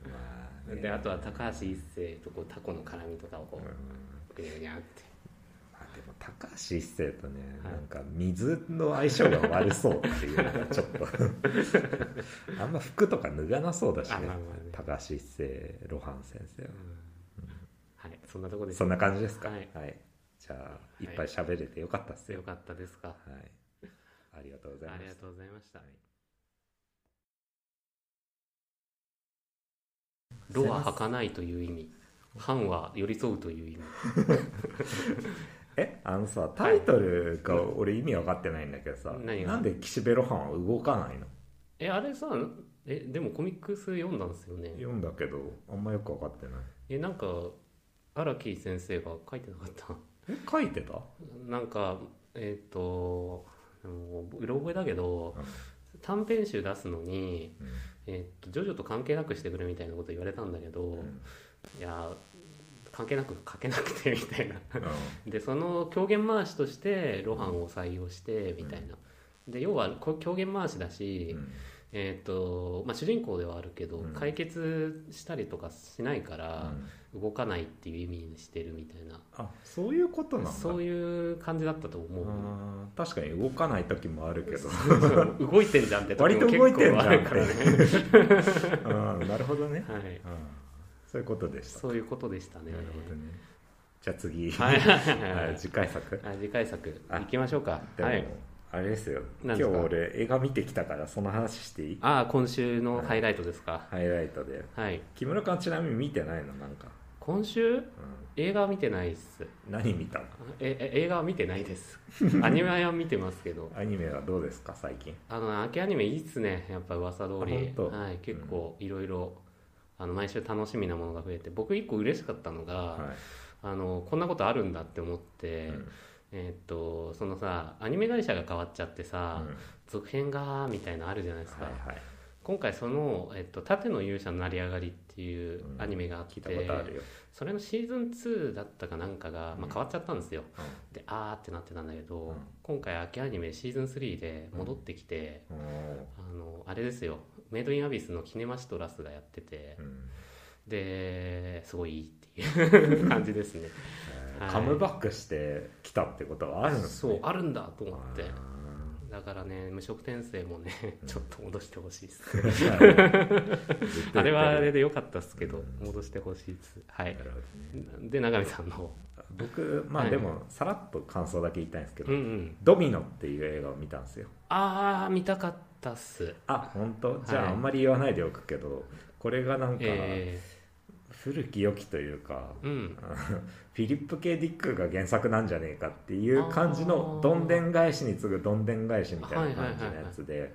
S3: まあね
S6: であとは高橋一生とこうタコの絡みとかをこ
S3: うん
S6: うグニャグニャって
S3: まあでも高橋一生とね、
S6: はい
S3: なんか水の相性が悪そうっていうのがちょっと あんま服とか脱がなそうだしね
S6: あまあまあね
S3: 高橋一生露伴先生は
S6: はいそんなとこで
S3: そんな感じですか。
S6: は
S3: はいい。じゃあ、
S6: い
S3: いっぱい喋れてよかったです
S6: よ
S3: よ。
S6: かったですか
S3: はい。ありがとうござい
S6: あ
S3: ま
S6: りが
S3: した。
S6: とうございました。ロは儚いという意味、ハンは寄り添うという意味。
S3: え、あのさ、タイトルが俺意味分かってないんだけどさ、
S6: 何が
S3: なんで岸辺露伴は動かないの
S6: え、あれさ、え、でもコミックス読んだんですよね。
S3: 読んだけど、あんまよく分かってない。
S6: え、なんか、荒木先生が書いてなかった。
S3: え、書いてた
S6: なんか、えっ、と、もううろ覚えだけど
S3: うん、
S6: 短編集出すのに、
S3: うん
S6: えっ、と、ジョジョと関係なくしてくれみたいなこと言われたんだけど、
S3: ん
S6: いや、関係なく書けなくてみたいな。
S3: うん。
S6: でその狂言回しとして露伴を採用してみたいな、で要はこ狂言回しだし、
S3: うん
S6: えーとまあ、主人公ではあるけど、
S3: うん
S6: 解決したりとかしないから、動かないっていう意味にしてるみたいな、
S3: あ、そういうことなんだ。
S6: そういう感じだったと思う、
S3: あー確かに動かない時もあるけど。
S6: 動いてんじゃんってとこ
S3: 割
S6: も
S3: と動いてんじゃ
S6: 結
S3: ん
S6: 構あるからね、
S3: うん、なるほどね。
S6: はい、
S3: うん。そういうことでした。
S6: そういうことでしたね
S3: なるほどね。じゃあ次。
S6: はい
S3: はい次回作。
S6: あ次回作
S3: あ
S6: 行きましょうか
S3: でも、
S6: はい
S3: あれですよ
S6: 何で
S3: 今日
S6: すか
S3: 俺映画見てきたからその話していい
S6: ああ今週のハイライトですか、
S3: ハイライトで
S6: はい
S3: 木村君はちなみに見てないのなんか
S6: 今今週映画は見てないっす
S3: 何見たの
S6: ええ映画は見てないです アニメは見てますけど
S3: アニメはどうですか最近
S6: あの秋アニメいいっすねやっぱ噂通
S3: あ
S6: り
S3: 本当
S6: はい結構いろいろあの毎週楽しみなものが増えて僕一個嬉しかったのが、
S3: は
S6: あのこんなことあるんだって思っ
S3: い
S6: て、
S3: うん
S6: えーっとそのさアニメ会社が変わっちゃってさ、
S3: うん
S6: 続編がみたいなのあるじゃないですか、
S3: はいはい
S6: 今回その「えっと、盾の勇者の成り上がり」っていう
S3: うん
S6: アニメがあっ
S3: 聞
S6: て、
S3: いたことあるよ
S6: それのシーズン2だったかなんかが、まあ、変わっちゃったんですよ、
S3: う
S6: であーってなってたんだけど、
S3: うん
S6: 今回秋アニメシーズン3で戻ってきて、
S3: おー
S6: あのあれですよメイドインアビスのキネマシトラスがやってて
S3: うん
S6: ですごいいいって いう感じですね
S3: え
S6: は
S3: ー
S6: い
S3: カムバックしてきたってことはあるんです
S6: そう
S3: ね
S6: あるんだと思って
S3: あ
S6: だからね無職転生もねちょっと戻してほしいです
S3: ーずっと言ってる
S6: あれはあれで良かったっすけど、
S3: うん
S6: 戻してほしいですはい
S3: なるほどね
S6: で永見さんの方
S3: 僕ま
S6: は
S3: あ
S6: い
S3: でもさらっと感想だけ言いたいんですけ
S6: う
S3: ど
S6: んうん
S3: ドミノっていう映画を見たんですよ
S6: ああ見たかったっす
S3: あ本当じゃ
S6: は
S3: あ
S6: い
S3: あんまり言わないでおくけどこれがなんか
S6: え
S3: 古き良きというか
S6: えうん
S3: あのフィリップ・ケディックが原作なんじゃねえかっていう感じのどんでん返しに次ぐどんでん返しみたいな感じのやつで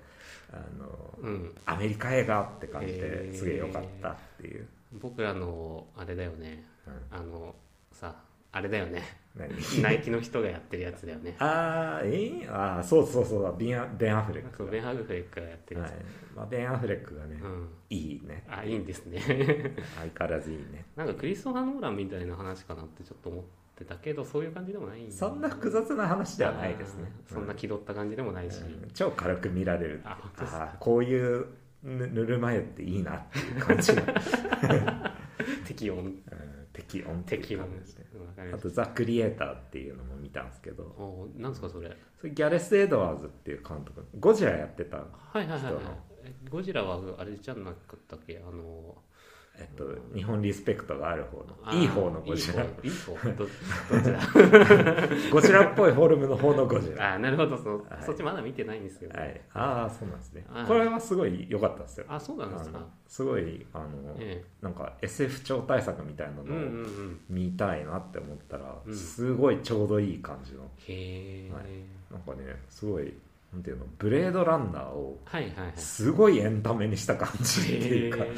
S3: あの
S6: うん
S3: アメリカ映画って感じ
S6: へ
S3: で
S6: え
S3: すげえ良かったっていう、
S6: 僕らのあれだよね
S3: うん
S6: あのさあれだ よね
S3: 何
S6: ナイキの人がやってるやつだよね
S3: あーえー、あーそうそうそうだビンアベン・アフレッ
S6: そ
S3: ク
S6: う
S3: が
S6: ベン・ハグフレックがやってるや
S3: は
S6: つ、
S3: いまあ、ベン・アフレックがね、
S6: うん
S3: いいね
S6: あいいんですね
S3: 相変わらずいいね
S6: なんかクリストファー・ノーランみたいな話かなってちょっと思ってたけどそういう感じでもない
S3: そんな複雑な話ではないですね
S6: あーそんな気取った感じでもないし、
S3: うん超軽く見られる
S6: あ本当ですか
S3: あーこういうぬぬるま湯っていいなっていう感 じの、
S6: 適温
S3: うん適温ってい
S6: 適
S3: う
S6: 温わ
S3: 感じで
S6: かりまし
S3: あ
S6: た
S3: と「ザ・クリエイター」っていうのも見たんですけど
S6: おなんですかそれはい
S3: それギャレス・エドワーズっていう監督ゴジラやってた、
S6: はいはいは
S3: 人
S6: い
S3: の
S6: えゴジラはあれじゃなかったっけあの
S3: えっと、日本リスペクトがある方
S6: あ
S3: の
S6: ー
S3: いい方のゴジラ
S6: いい方いい方 どどっちだ
S3: ゴジラっぽいフォルムの方のゴ ジラ
S6: あーなるほどその、
S3: はい
S6: そっちまだ見てないんですけど、
S3: はい、ああそうなんですね
S6: はい
S3: これはすごい良かったですよ
S6: あそうなんですか
S3: あのすごいあの、
S6: え
S3: なんか SF 超大作みたいなの
S6: えうんうん
S3: を
S6: うん
S3: 見たいなって思ったら、
S6: うん
S3: すごいちょうどいい感じの
S6: へえ、
S3: はいなんかねすごいなんていうのブレードランナーを
S6: はい、はいはい
S3: すごいエンタメにした感じって
S6: へ
S3: いうか、
S6: ー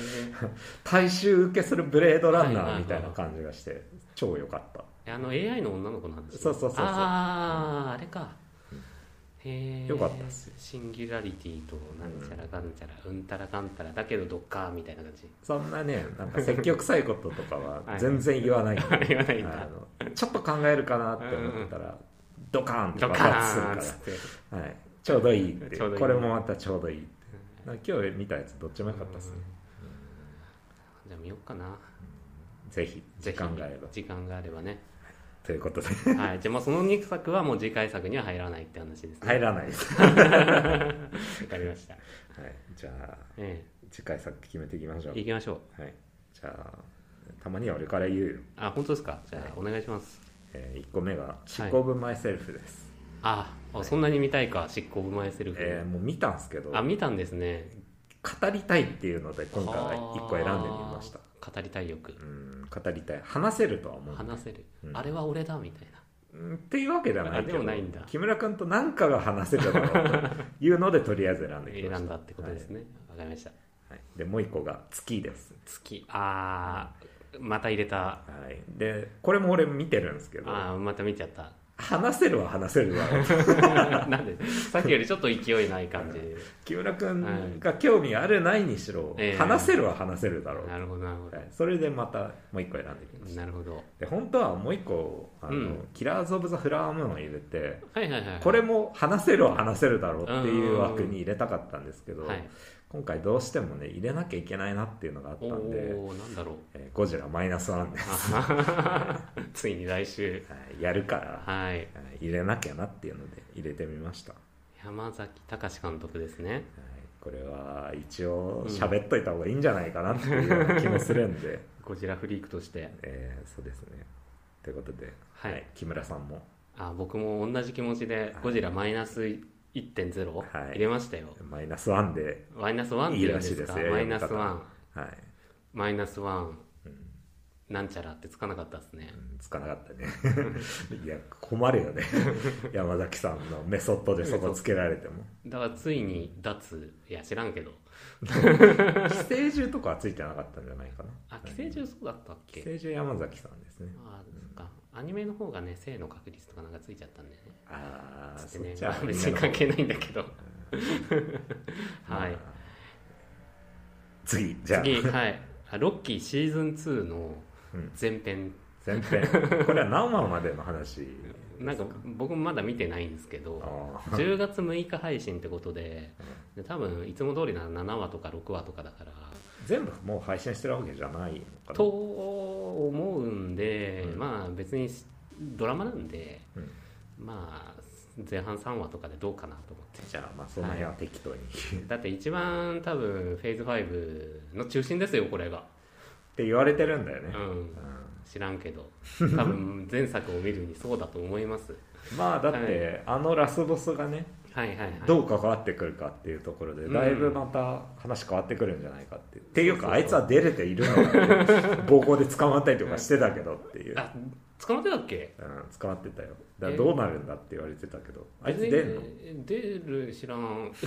S3: 大衆受けするブレードランナ
S6: はいはいは
S3: ー
S6: い
S3: みたいな感じがして超良かった
S6: えあの AI の女の子の話
S3: そうそうそうそう
S6: ああ、あれか
S3: うん
S6: へえ
S3: よかったっす
S6: シンギュラリティとなんちゃらかんちゃら、うん、たらかんたらだけどどっかみたいな感じ
S3: そんなねなんか積極臭いこととか
S6: は
S3: はい全然言わないんで
S6: 言わないんだ
S3: あのちょっと考えるかなって思ったらドカーンと
S6: ド
S3: 爆
S6: カ
S3: 発する
S6: ー
S3: か
S6: ンっつって
S3: ら、はい、ちょうどいいって
S6: ちょうどいい
S3: これもまたちょうどいいってなんか今日見たやつどっちも良かったですね、
S6: じゃあ見よっかな
S3: ぜひ
S6: ぜひ
S3: 時間があれば
S6: 時間があればね
S3: とい うことで
S6: はいじゃあまあその2作はもう次回作には入らないって話ですね
S3: 入らないです、は
S6: わかりました
S3: い、じゃあ
S6: え
S3: 次回作決めていきましょう
S6: え行きましょう
S3: はい、じゃあたまには俺から言うよ、
S6: あ本当ですかじゃあお願いします
S3: え1個目が「執行部マイセルフ」です、
S6: ああそんなに見たいか執行部前セルフ、
S3: えーもう見たんですけど
S6: あ見たんですね
S3: 語りたいっていうので今回は1個選んでみました
S6: あー語りたい欲
S3: うん語りたい話せるとは思う
S6: 話せる、
S3: うん
S6: あれは俺だみたいな
S3: うんっていうわけではないけ
S6: あでも
S3: ど
S6: ないんだ
S3: 木村君と何かが話せただろうというのでとりあえず選んでき
S6: 選
S3: ました
S6: んだってことですねわ、かりました
S3: はいはいでもう1個が「月」です、
S6: 月あーまた入れた
S3: はい、でこれも俺見てるんですけど
S6: あーまた見ちゃった
S3: 話せるは話せ るだろう
S6: なんでさっきよりちょっと勢いない 感じ
S3: 木村君が興味あるないにしろ、
S6: ええ
S3: 話せるは話せるだろうと
S6: なるほどなるほど、
S3: はい、それでまたもう一個選んできました
S6: なるほど
S3: で本当はもう一個あの、
S6: うん
S3: キラーズ・オブ・ザ・フラワームーンを入れて
S6: はいはいはい
S3: これも話せるは話せるだろうっていう枠に入れたかったんですけど、
S6: はい
S3: 今回どうしてもね入れなきゃいけないなっていうのがあった
S6: お
S3: んで
S6: おーなんだろう
S3: 「えーゴジラマイナスワンで
S6: あははついに来週
S3: はいやるから、
S6: はい
S3: はい入れなきゃなっていうので入れてみました、はい
S6: 山崎隆監督ですね
S3: これは一応喋っといた方がいいんじゃないかなっていうような気もするん で、
S6: ゴジラフリークとして
S3: えーそうですねということで、
S6: はい
S3: 木村さんも
S6: あ僕も同じ気持ちでゴジラマイナス1.0
S3: はい
S6: 入れましたよ、
S3: マイナスワンで
S6: マイナスワンって言うんですか
S3: いいらしいですよ
S6: マイナスワン
S3: はい、
S6: マイナスワン、
S3: うん
S6: なんちゃらってつかなかったですね
S3: うんつかなかったね いや困るよね山崎さんのメソッドでそこつけられても
S6: だからついに脱いや知らんけど
S3: 寄生獣とかはついてなかったんじゃないかな
S6: あ寄生獣そうだったっ
S3: 寄
S6: け
S3: 生獣山崎さんですね
S6: あーそっかアニメの方がね性の確率とかなんかついちゃったんでね
S3: ああ
S6: つって
S3: そっ
S6: ね
S3: ちは
S6: まあ別に関係ないんだけ どはい
S3: 次じゃあ
S6: 次はいあロッキーシーズン2の前編、
S3: 前編これは何話までの話
S6: なんか僕もまだ見てないんですけど
S3: ああ
S6: 10月6日配信ってことでで多分いつも通りなら7話とか6話とかだから
S3: 全部もう配信してるわけじゃないのかな
S6: と思うんで、
S3: うん
S6: まあ別にしドラマなんで、
S3: うん
S6: まあ前半3話とかでどうかなと思って
S3: じゃあまあその辺は適当に、っ
S6: だって一番多分フェーズ5の中心ですよこれが、
S3: て言われてるんだよね
S6: う、ん
S3: う、ん
S6: 知らんけど多分前作を見るにそうだと思います
S3: まあだって、
S6: はい
S3: あのラスボスがね
S6: はいはいはい
S3: どう関わってくるかっていうところで、
S6: うん
S3: だいぶまた話変わってくるんじゃないかって、っていうかあいつは出れているのかって暴行で捕まったりとかしてたけどっていう、
S6: あ捕まってたっけ
S3: うん、捕まってたよだからどうなるんだって言われてたけどあいつ出んの
S6: 出る知らん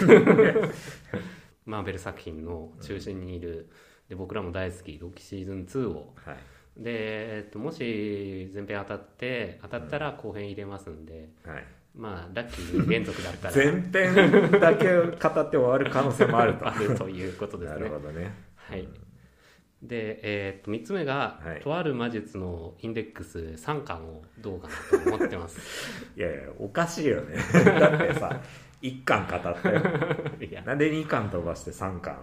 S6: マーベル作品の中心にいる、で僕らも大好きロキシーズン2を
S3: はい
S6: で、えっと、もし前編当たって当たったら後編入れますんで、
S3: はい、
S6: まあラッキー連続だった ら
S3: 前編だけ語って終わる可能性もあると
S6: あるということです
S3: な
S6: ね
S3: るほどね
S6: はい。で、えーっと、3つ目が、
S3: はい
S6: とある魔術のインデックス3巻をどうかなと思ってます。
S3: いやいやおかしいよね だってさ1巻語ったよ
S6: いや、
S3: なんで2巻飛ばして3巻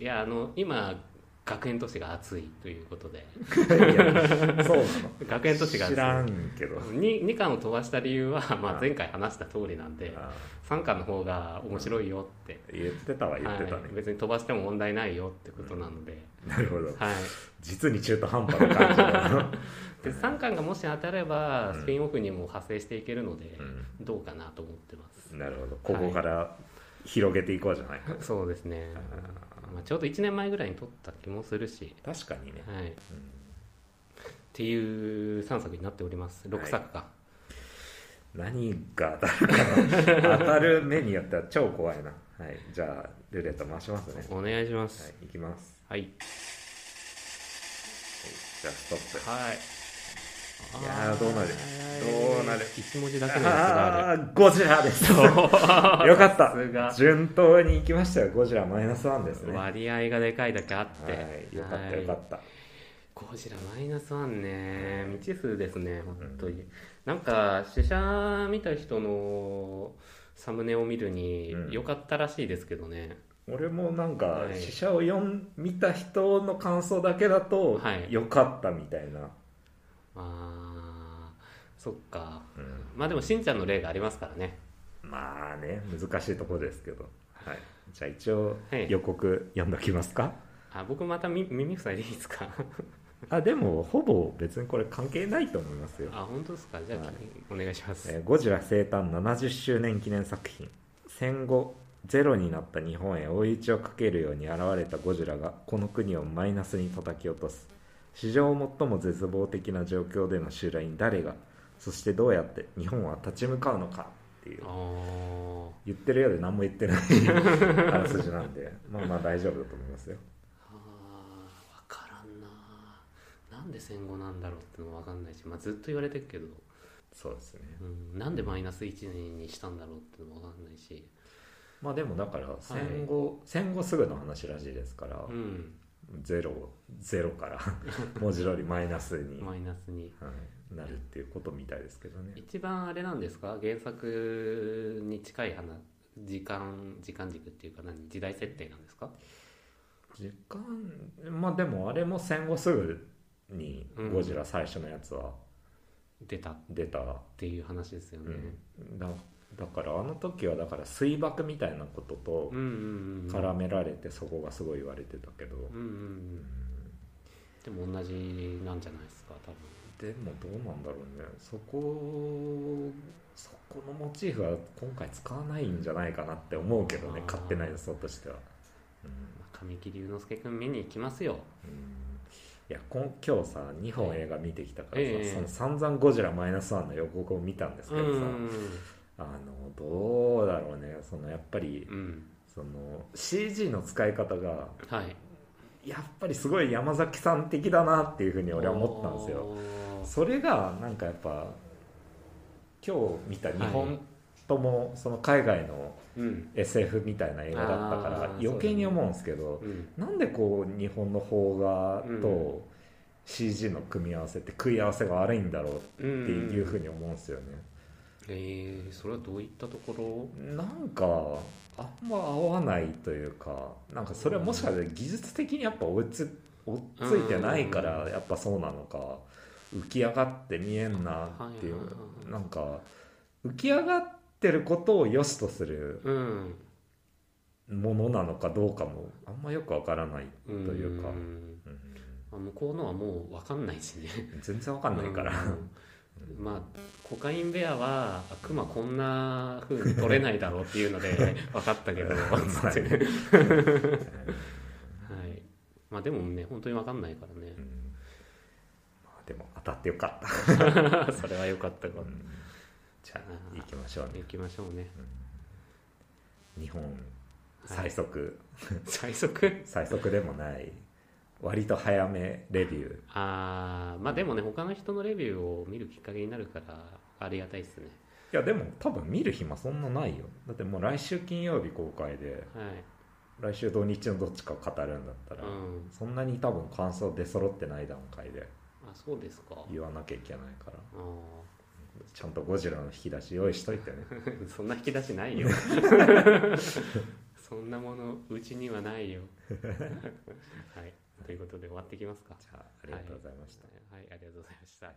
S6: いや、あの、今、学園都市が熱いということで、
S3: な のいやそうなの
S6: 学園都市が
S3: 知らんけど
S6: に 2, 巻を飛ばした理由 は、ま
S3: あ
S6: あ、前回話した通りなんで、
S3: あ
S6: 3巻の方が面白いよって。
S3: 言ってたは言ってたね
S6: はい、、別に飛ばしても問題ないよってことなので、
S3: なるほど
S6: はい、
S3: 実に中途半端な感じだ な、
S6: で3巻がもし当たればスピンオフにも派生していけるので、
S3: う
S6: どうかなと思ってます
S3: ん、なるほどここから広げていこうじゃないか、
S6: そうですね
S3: あ、
S6: まあ、ちょうど1年前ぐらいに撮った気もするし、
S3: ー確かにね、
S6: はい、っていう3作になっております6作か、
S3: 何が当 たるかな当たる目によっては超怖いなはいじゃあルーレット回しますね
S6: お願いしま
S3: は
S6: す
S3: いいきます
S6: はい
S3: じゃあストップ
S6: はい
S3: いやーどうなるどうなる
S6: 1文字だけのやつが
S3: あ
S6: あ
S3: あ
S6: る
S3: ーゴジラですよかっ
S6: さすが
S3: た順当にいきましたよゴジラマイナスワンですねは
S6: 割合がでかいだけあって、
S3: いよかったよかった、
S6: ゴジラマイナスワンね未知数ですね本当に、なんか試写見た人のサムネを見るに
S3: うん
S6: 良かったらしいですけどね、
S3: 俺もなんか
S6: はい
S3: 試写を読ん見た人の感想だけだと
S6: はい
S3: 良かったみたいな、
S6: あーそっか
S3: うん
S6: まあでもしんちゃんの例がありますからね
S3: まあね難しいとこですけど、はい、じゃあ一応
S6: はい
S3: 予告読んどきますか、
S6: あ僕またみ耳塞いでいいです か
S3: あでもほぼ別にこれ関係ないと思いますよ、
S6: あ本当ですかじゃあ、
S3: はい
S6: お願いします、
S3: えーゴジラ生誕70周年記念作品戦後ゼロになった日本へ追い打ちをかけるように現れたゴジラがこの国をマイナスに叩き落とす史上最も絶望的な状況での襲来に誰がそしてどうやって日本は立ち向かうのかっていう
S6: あー
S3: 言ってるようで何も言ってないあらすじなんで まあまあ大丈夫だと思いますよ
S6: あー分からんななんで戦後なんだろうってのも分かんないし、まあ、ずっと言われてるけど、
S3: そうですね
S6: うん、なんでマイナス1年にしたんだろうってのも分かんないし
S3: まあでもだから戦後、戦後すぐの話らしいですから、
S6: うん
S3: ゼロゼロから 文字通りマイナスに、
S6: マイナスに
S3: はい、なるっていうことみたいですけどね
S6: 一番あれなんですか原作に近い話時間時間軸っていうか何時代設定なんですか
S3: 時間まあでもあれも戦後すぐに
S6: うん
S3: ゴジラ最初のやつは
S6: 出たっ
S3: 出た、
S6: ていう話ですよ
S3: う
S6: ね、
S3: んだだからあの時はだから水爆みたいなことと
S6: うんうんうん
S3: 絡められてそこがすごい言われてたけど、
S6: うんうんうんでも同じなんじゃないですか多分
S3: でもどうなんだろうねそこそこのモチーフは今回使わないんじゃないかなって思うけどね
S6: あー
S3: 勝手な予想としては、うん
S6: まあ神木隆之介君見に行きますよ
S3: うんいやこん今日さ2本映画見てきたからさ、
S6: ええ
S3: その散々ゴジラマイナスワンの予告を見たんですけ
S6: う
S3: どさ、
S6: ん
S3: あのどうだろうねそのやっぱり
S6: うん
S3: その CG の使い方が
S6: はい
S3: やっぱりすごい山崎さん的だなっていうふうに俺は思ったんですよそれがなんかやっぱ今日見た2
S6: はい
S3: 本ともその海外の
S6: うん、
S3: SF みたいな映画だったから
S6: あー
S3: 余計に思うんですけど、
S6: うん、
S3: なんでこう日本の邦画
S6: う
S3: と CG の組み合わせって食い合わせが悪いんだろ
S6: っ
S3: う
S6: て
S3: っていうふう
S6: に、
S3: に思うんですよね、
S6: えー、それはどういったとこ
S3: なんかあんま合わないというかなんかそれはもしかしたら技術的にやっぱ追いつ追っついてないからやっぱそうなのか浮き上がって見えんなっていう
S6: はいはいはい
S3: なんか浮き上がってることを良しとする
S6: ろうん
S3: ものなのかどうかもあんまよくわからないと
S6: うん
S3: いうか、
S6: ん
S3: う
S6: まあ向こうのはもう分かんないしね
S3: ん、全然わかんない から、
S6: うんまあコカインベアはクマこんな風に取れないだろうっていうので 分かったけどつってねはいまあでもね本当に分かんないから ね
S3: うんまあでも当たってよかった、
S6: それは良かったか
S3: う
S6: ら、
S3: んじゃあ行きましょうね
S6: 行きましょうね
S3: 日本最速、
S6: 最速
S3: 最速でもない割と早めレビュー
S6: あーまあでもね他の人のレビューを見るきっかけになるからありがたいですね
S3: いやでも多分見る暇そんなないよだってもう来週金曜日公開で
S6: はい
S3: 来週土日のどっちかを語るんだったら、
S6: うん
S3: そんなに多分感想出揃ってない段階で
S6: あそうですか
S3: 言わなきゃいけないから
S6: あー
S3: ちゃんとゴジラの引き出し用意しといてね
S6: そんな引き出しない よそんなものうちにはない よはいということで終わってきますか
S3: じゃあありがとうございました、
S6: はい、ありがとうございました。
S3: はい